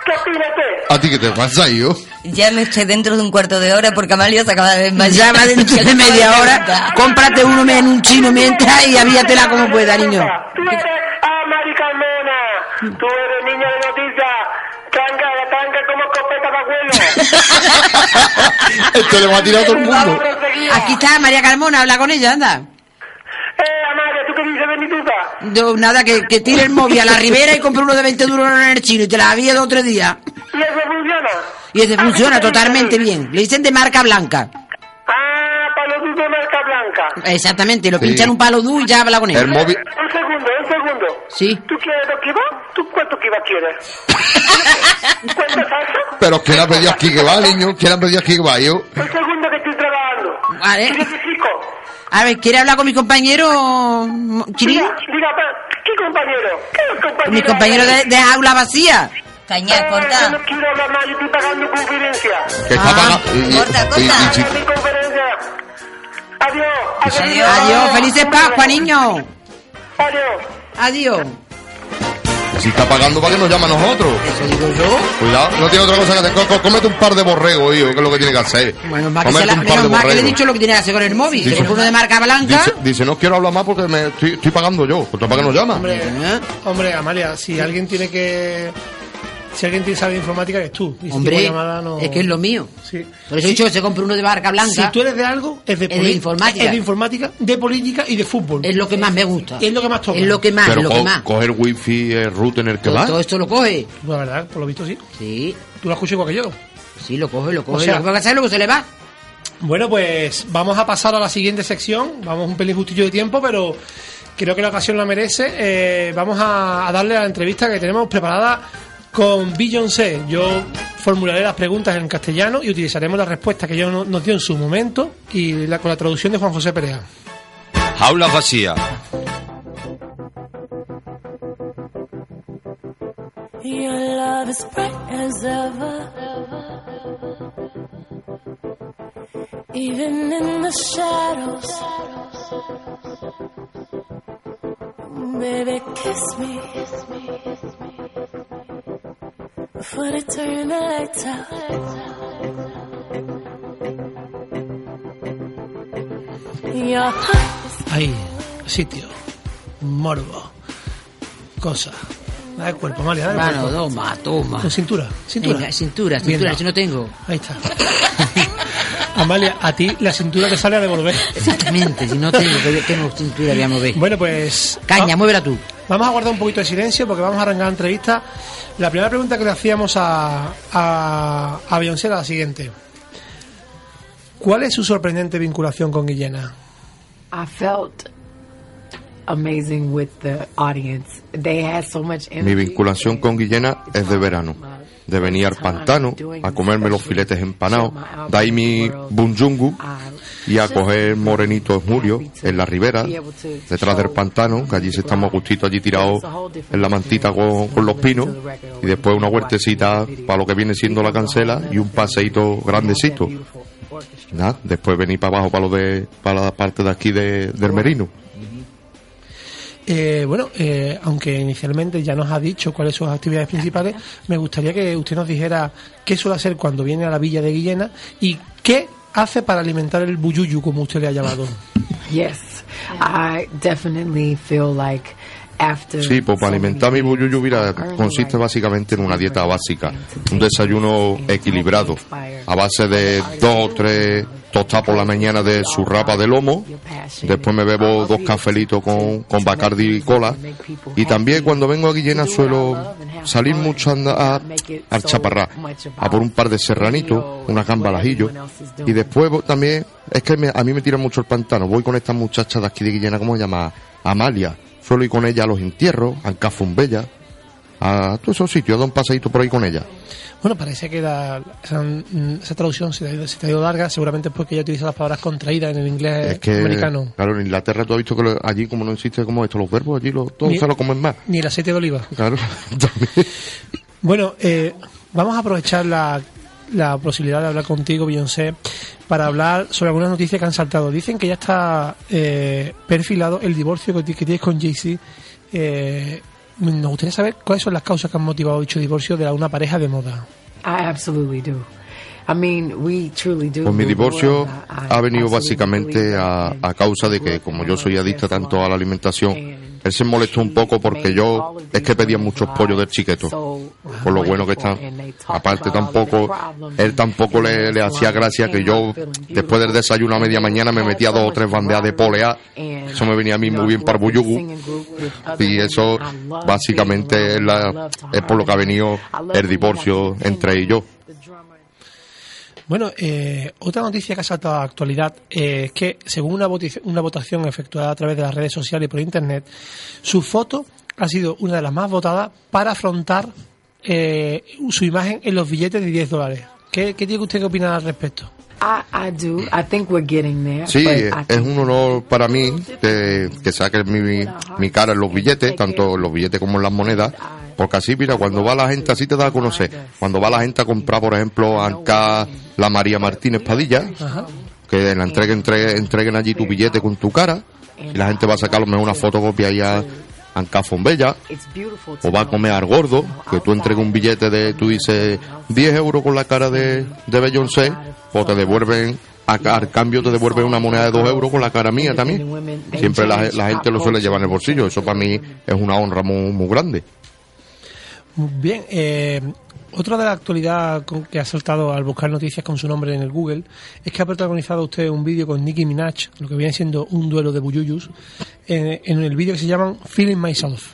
¿Qué opina usted?
¿A ti qué te pasa, yo?
Ya me estoy dentro de un cuarto de hora porque Amalia se acaba de desmayar.
Llama dentro de media hora, cómprate uno en un chino mientras y avíatela como pueda, niño.
Tú eres Amari Carmona. Tú eres niño de noticias. Tanga, la tanga como escopeta de abuelo.
Esto le va a tirar a todo el mundo.
Aquí está María Carmona, habla con ella, anda.
Eh, Amalia, ¿tú qué dices de mi tuta?
No, nada, que, que tire el móvil a la ribera y compre uno de 20 duros en el chino y te la había dos o tres días.
¿Y eso funciona?
Y ese funciona totalmente bien. Le dicen de marca blanca.
Ah, palomito de marca blanca.
Exactamente, lo
Sí.
pinchan un palo duro y ya habla con él.
El móvil-
Un segundo, un segundo.
Sí.
¿Tú quieres dos kibas? ¿Tú cuántos kibas quieres? ¿Cuántos salsa?
Pero ¿quién ha pedido aquí que va, niño? ¿Quién ha pedido aquí que va, yo?
Un segundo que estoy trabajando.
Vale.
¿Quieres chico?
A ver, ¿quiere hablar con mi compañero mm, Chirino?
Diga, diga, pa- ¿qué compañero? ¿Qué compañero?
Con mi compañero de, de aula vacía.
Caña,
corta. Yo no quiero hablar más, yo estoy pagando conferencia.
Que
Ah.
está pagando- y- y- y- y si-
Mi conferencia. Adiós.
Adiós, felices Pascua, niño.
Adiós.
Adiós.
Si está pagando, ¿para qué nos llama a nosotros?
Eso digo yo.
Cuidado, no tiene otra cosa que hacer. Co- co- Cómete un par de borregos, hijo, que es lo que tiene que hacer.
Menos mal que, se
Cómete
la-
un par de
menos mal que le he
borregos.
dicho lo que tiene que hacer con el móvil.
Dice-
Que uno de marca blanca.
Dice, dice, no quiero hablar más porque me estoy, estoy pagando yo. Pues, ¿Para qué nos llama?
Hombre,
¿eh?
hombre, Amalia, si alguien tiene que. Si alguien tiene que saber de informática, eres tú. Y si
Hombre,
tengo llamada, no-
es que es lo mío.
Sí.
Por eso he dicho que se compre uno de marca blanca.
Si tú eres de algo, es de,
Es de
poli-
informática.
Es de informática, de política y de fútbol.
Es lo que más me gusta.
Es lo que más toca.
Es lo que más,
Pero
lo
co-
que más.
coger wifi, eh, router en el que
Todo,
va.
todo esto lo coge.
La verdad, por lo visto sí.
Sí.
Tú lo escuchas igual que yo.
Sí, lo coge, lo coge.
O sea-
lo que pasa es luego se le va.
Pues Bueno, pues vamos a pasar a la siguiente sección. Vamos un pelín justillo de tiempo, pero creo que la ocasión la merece. Eh, vamos a, a darle a la entrevista que tenemos preparada con Beyoncé. Yo formularé las preguntas en castellano y utilizaremos las respuestas que yo no- nos dio en su momento y la, con la traducción de Juan José Perea.
Jaulas vacías.
Your love is bright as ever. Even in the shadows. Baby, kiss me. Before they turn the lights out. Your heart is
Ahí, sitio, morbo, cosa. Dale cuerpo, María, dale
Mano,
cuerpo.
toma, toma.
Con cintura, cintura.
Venga, cintura,
Bien,
cintura,
va.
si no tengo.
Ahí está. Amalia, a ti la cintura te sale a devolver.
Exactamente, si no tengo, que, que no cintura voy a mover.
Bueno, pues.
Caña,
ah,
muévela tú.
Vamos a guardar un poquito de silencio porque vamos a arrancar la entrevista. La primera pregunta que le hacíamos a, a, a Beyoncé era la siguiente: ¿Cuál es su sorprendente vinculación con Guillena?
I felt amazing with the audience. They had so much
Mi
energy.
vinculación con Guillena es de verano. De venir al pantano a comerme los filetes empanados, de ahí mi bunjungu y a coger morenito en julio en la ribera, detrás del pantano, que allí se estamos a gustito allí tirados en la mantita con, con los pinos y después una huertecita para lo que viene siendo la cancela y un paseíto grandecito. Nada, después venir para abajo para lo de para la parte de aquí de, del merino.
Eh, bueno, eh, aunque inicialmente ya nos ha dicho cuáles son sus actividades principales, me gustaría que usted nos dijera qué suele hacer cuando viene a la villa de Guillena y qué hace para alimentar el buyuyu, como usted le ha llamado.
Yes, I definitely feel like after.
Sí, pues para alimentar mi buyuyu, mira, consiste básicamente en una dieta básica, un desayuno equilibrado, a base de dos o tres tostadas por la mañana de surrapa de lomo, después me bebo dos cafelitos con, con Bacardi y cola, y también cuando vengo a Guillena suelo salir mucho a, andar- a- al chaparrá, a por un par de serranitos, una gamba al ajillo, y después vo- también, es que me- a mí me tira mucho el pantano, voy con esta muchacha de aquí de Guillena, ¿cómo se llama? Amalia, suelo ir con ella a los entierros, a Ancafumbella, a todos esos sitios, a dar un paseíto por ahí con ella.
Bueno, parece que la- esa, mm, esa traducción se te, ha ido, se te ha ido larga, seguramente es porque ella utiliza las palabras contraídas en el inglés
Es que,
americano.
claro, en Inglaterra tú has visto que lo- allí, como no existe como esto, los verbos allí, lo, todos
Ni-
se lo comen más.
Ni el aceite de oliva.
Claro,
Bueno, eh, vamos a aprovechar la, la posibilidad de hablar contigo, Beyoncé, para hablar sobre algunas noticias que han saltado. Dicen que ya está eh, perfilado el divorcio que, ti- que tienes con Jay-Z. Eh, nos gustaría saber cuáles son las causas que han motivado dicho divorcio de la- una pareja de moda.
I absolutely do. I mean, we truly do.
Pues mi
do
divorcio
well. I- I
ha venido básicamente
absolutely
a, a causa de que, como yo soy adicta tanto a la alimentación, él se molestó un poco porque yo es que pedía muchos pollos del chiqueto. Por lo bueno que está. Aparte tampoco, él tampoco le, le hacía gracia que yo después del desayuno a media mañana me metía dos o tres bandeas de polea. Eso me venía a mí muy bien para el buyugu. Y eso básicamente es, la- es por lo que ha venido el divorcio entre ellos.
Bueno, eh, otra noticia que ha saltado a la actualidad eh, es que, según una, voti- una votación efectuada a través de las redes sociales y por Internet, su foto ha sido una de las más votadas para afrontar eh, su imagen en los billetes de 10 dólares. ¿Qué, qué tiene usted que opinar al respecto?
I, I do. I think we're getting there.
Sí, eh.
but
es
I
es un honor para mí que, que saquen mi, mi cara en los billetes, tanto en los billetes como en las monedas, porque así, mira, cuando va la gente, así te da a conocer. Cuando va la gente a comprar, por ejemplo, a Anca la María Martínez Padilla, que la entreguen, entre- entreguen allí tu billete con tu cara, y la gente va a sacar a lo mejor una fotocopia ahí a Anca Fombella,
It's beautiful. to
o va a comer al gordo, que tú entregues un billete de, tú dices, 10 euros con la cara de, de Beyoncé, o te devuelven, a, al cambio te devuelven una moneda de 2 euros con la cara mía también.
women, they
Siempre la,
change
la gente
pop
lo suele llevar en el bolsillo, eso para mí es una honra muy, muy grande.
Muy Bien, eh, otra de la actualidad con- que ha saltado al buscar noticias con su nombre en el Google es que ha protagonizado usted un vídeo con Nicki Minaj, lo que viene siendo un duelo de buyuyus, eh, en el vídeo que se llaman Feeling Myself.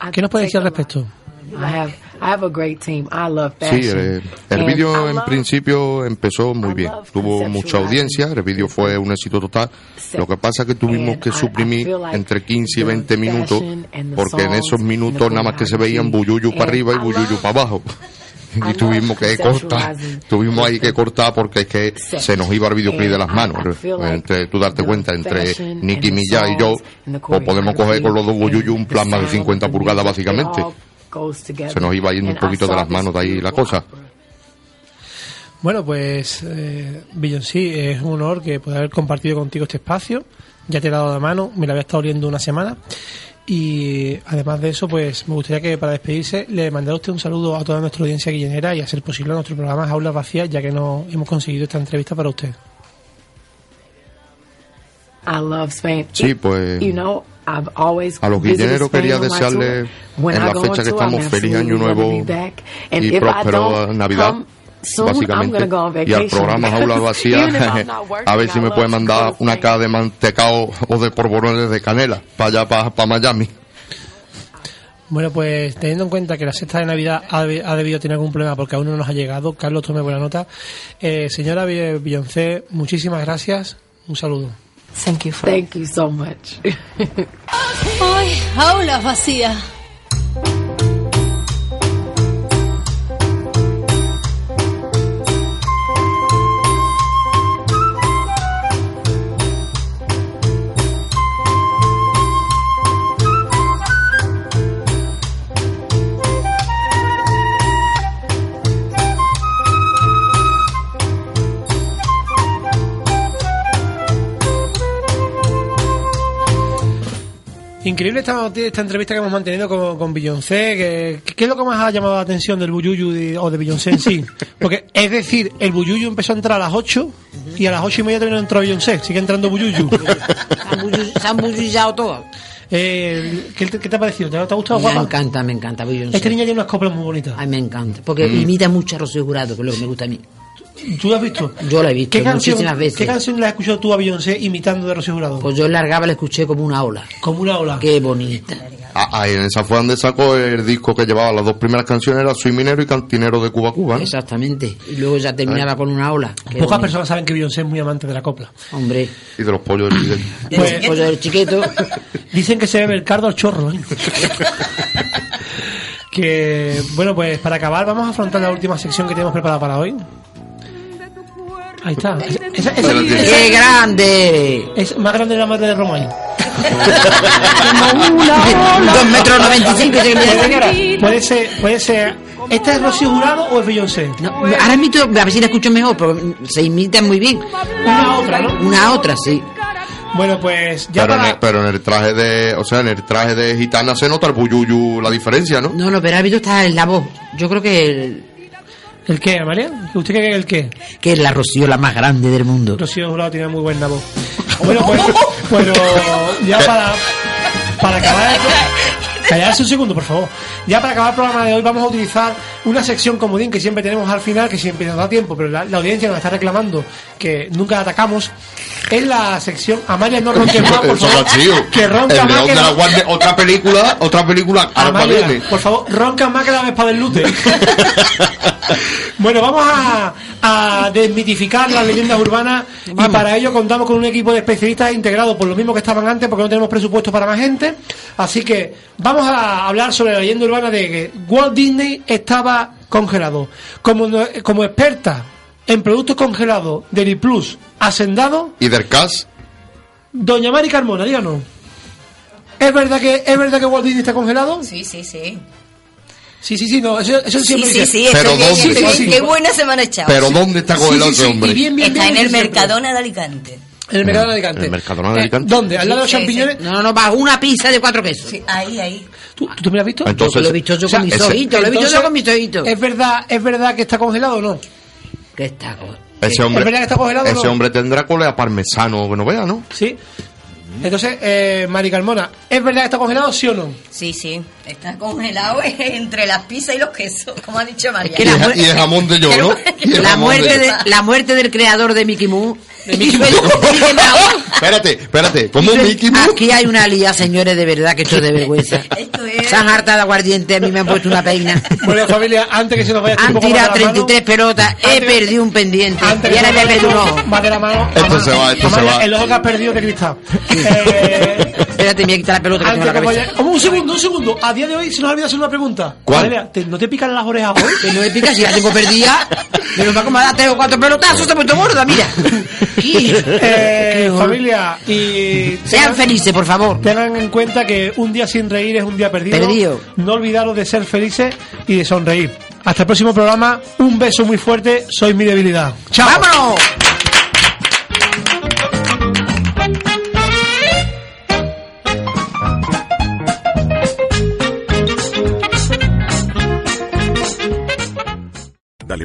Ah,
¿Qué nos puede decir al respecto?
I have I have a great team. I love
Sí,
fashion.
eh, el,
And
vídeo
I
en
love-
principio empezó muy bien, tuvo mucha audiencia, el vídeo fue un éxito total, lo que pasa que tuvimos que suprimir entre 15 y 20 minutos, porque en esos minutos nada más que se veían buyuyu para arriba y buyuyu para abajo. Y tuvimos que cortar, tuvimos ahí que cortar porque es que se nos iba el videoclip de las manos. Entre, tú darte cuenta, entre Nicky Milla y yo, pues podemos coger con los dos buyuyu un plasma de 50 pulgadas básicamente.
goes together.
Se nos iba yendo un
And I
poquito de
saw
las manos de ahí la cosa.
Bueno, pues eh, Beyoncé, es un honor que poder haber compartido contigo este espacio. Ya te he dado la mano, me la había estado oliendo una semana. Y además de eso, pues me gustaría que para despedirse le mandara usted un saludo a toda nuestra audiencia guillenera y hacer posible nuestro programa Aulas Vacías, ya que no hemos conseguido esta entrevista para usted.
I love Spain.
Sí, pues,
You know, I've always
a los
visited
guilleneros
Spain
quería
on my
desearle
tour. When
en
I
la
go
fecha
on
que
tour,
estamos
I'm
feliz año
absolutely
nuevo
gonna be back. And
y
if I
próspero
don't
Navidad.
come soon, I'm
Básicamente,
gonna go on
y al
vacation.
programa Jaula Vacía,
Even if I'm not working,
a ver si
I
me
love
puede
to
mandar una caja de mantecao o de porborones de canela para allá, para, Miami.
Bueno, pues teniendo en cuenta que la cesta de Navidad ha, deb- ha debido tener algún problema porque aún no nos ha llegado, Carlos, tome buena nota. Eh, señora Be- Beyoncé, muchísimas gracias. Un saludo.
Thank you for Thank you so much.
Hoy, aulas vacías.
Increíble esta, noti- esta entrevista que hemos mantenido con, con Beyoncé. que- que- ¿Qué es lo que más ha llamado la atención del Buyuyu de- o de Beyoncé en sí? Porque, es decir, el Buyuyu empezó a entrar a las 8 y a las 8 y media también entró Beyoncé. Sigue entrando Buyuyu.
Se han bulli- se han bullillado todos.
Eh, ¿qué, te- qué te ha parecido? ¿Te, ha- te ha gustado,
Me
guapa?
encanta, me encanta. Beyoncé.
Este niño tiene unas coplas muy bonitas.
Ay, me encanta. Porque
Mm.
imita mucho a Rocío Jurado, que es lo que me gusta a mí.
¿Tú la has visto?
Yo la he visto
¿Qué canción,
muchísimas veces.
¿Qué canción la has escuchado tú a Beyoncé imitando de Rocío Jurado?
Pues yo en largaba la escuché como una ola.
Como una ola.
Qué bonita.
Ah, ah, en esa fue donde sacó el disco que llevaba las dos primeras canciones, era Soy Minero y Cantinero de Cuba Cuba. ¿no?
Exactamente. Y luego ya terminaba
Ay.
con una ola. Qué
Pocas
bonito.
personas saben que Beyoncé es muy amante de la copla.
Hombre.
Y de los pollos de Chile.
Pues, pues el chiquito.
Dicen que se bebe el cardo al chorro. ¿eh? que bueno, pues para acabar vamos a afrontar la última sección que tenemos preparada para hoy. Ahí está. Esa- esa-
Pero
esa-
¡Qué
grande!
Es más grande que la madre de Romay.
Dos metros noventa y cinco, señora.
Puede ser, puede ser. ¿Esta es Rocío Jurado o es Beyoncé?
Ahora mismo, a ver si la escucho mejor, porque se imitan muy bien.
Una a otra, ¿no?
Una a otra, sí.
Bueno, pues ya
Pero en,
para-
el, pero en el traje de, o sea, en el traje de gitana se nota el buyuyu, la diferencia, ¿no?
No, no, pero ahora mismo está en la voz. Yo creo que el,
¿El qué, Amalia? ¿Usted cree que el qué?
que es la Rocío la más grande del mundo.
Rocío Jurado tiene muy buena voz. Bueno, pues, pero ya para, para acabar el pro- Callarse un segundo, por favor. Ya para acabar el programa de hoy vamos a utilizar una sección comodín que siempre tenemos al final, que siempre nos da tiempo, pero la, la audiencia nos está reclamando que nunca la atacamos. Es la sección Amalia no ronque más, por
Eso es
favor.
así.
Que ronca
El
más
León
que
de la
no-
Guardia, otra película, otra película, ahora
Amalia,
viene.
por favor, ronca más que la vespa del lute. bueno, vamos a, a desmitificar las leyendas urbanas y para ello contamos con un equipo de especialistas integrado por lo mismo que estaban antes porque no tenemos presupuesto para más gente. Así que vamos a hablar sobre la leyenda urbana de que Walt Disney estaba congelado. Como, no- como experta en productos congelados del Plus Hacendado,
Y del Cas,
doña Mari Carmona, díganos. ¿Es verdad que es verdad que Walt Disney está congelado?
Sí, sí, sí.
Sí, sí, sí, no, eso, eso
Sí,
siempre
sí,
dice.
sí,
Pero
estoy bien,
¿dónde?
estoy bien.
Sí, sí.
Qué buena semana echado.
pero ¿dónde está con el otro hombre?
Está en el
siempre.
Mercadona de Alicante.
En el mercado de Alicante.
En el Mercadona de
Eh,
Alicante.
¿Dónde? ¿Al lado de los
Sí, sí,
champiñones?
No, no, no, va una pizza de cuatro quesos.
Ahí, ahí.
¿Tú, tú me lo has visto?
Entonces-
lo he visto yo
o sea,
con mis
ese-
ojitos, lo he visto yo
Entonces,
con mis ojitos.
¿Es verdad, ¿Es verdad que está congelado o no?
Que está co-
Ese
¿Es verdad que
hombre,
está congelado o
ese
no?
hombre tendrá colea parmesano, que no vea, ¿no?
Sí. Entonces, eh, Mari Carmona, ¿es verdad que está congelado, sí o no?
Sí, sí. Está congelado entre las pizzas y los quesos, como ha dicho María.
Y, el ja- y el jamón de yo, ¿no? Y el
la
jamón de-
muerte, de, la muerte del creador de Mickey Mouse.
Espérate, espérate, ¿cómo Mickey Mouse?
Aquí hay una lía, señores, de verdad que esto es de vergüenza. Se han hartado de aguardiente, a mí me han puesto una peina.
Bueno, familia, antes que se nos vaya este
Han
poco más
tirado
de la mano,
33 pelotas, he perdido un pendiente
antes
y
que
ahora
se
me he
nos vaya
perdido un
el
ojo.
ojo más de la mano.
Esto se va, Ah, esto se
Amalia,
va.
El ojo que has perdido de cristal.
Espérate, me voy a quitar la pelota que tengo
Antes
en la
que
cabeza.
vaya- Como un segundo, un segundo. A día de hoy se nos ha olvidado hacer una pregunta.
¿Cuál?
Valeria, ¿te- ¿no te pican las orejas hoy?
Que no me pica, si la tengo perdida. Pero me va a comer Ah, tres o cuatro pelotazos, se ha puesto gorda, mira.
Eh, familia, y
Sean felices, por favor.
Tengan en cuenta que un día sin reír es un día perdido.
Perdido.
No olvidaros de ser felices y de sonreír. Hasta el próximo programa. Un beso muy fuerte. Sois mi debilidad. ¡Chao!
¡Vámonos!
Dale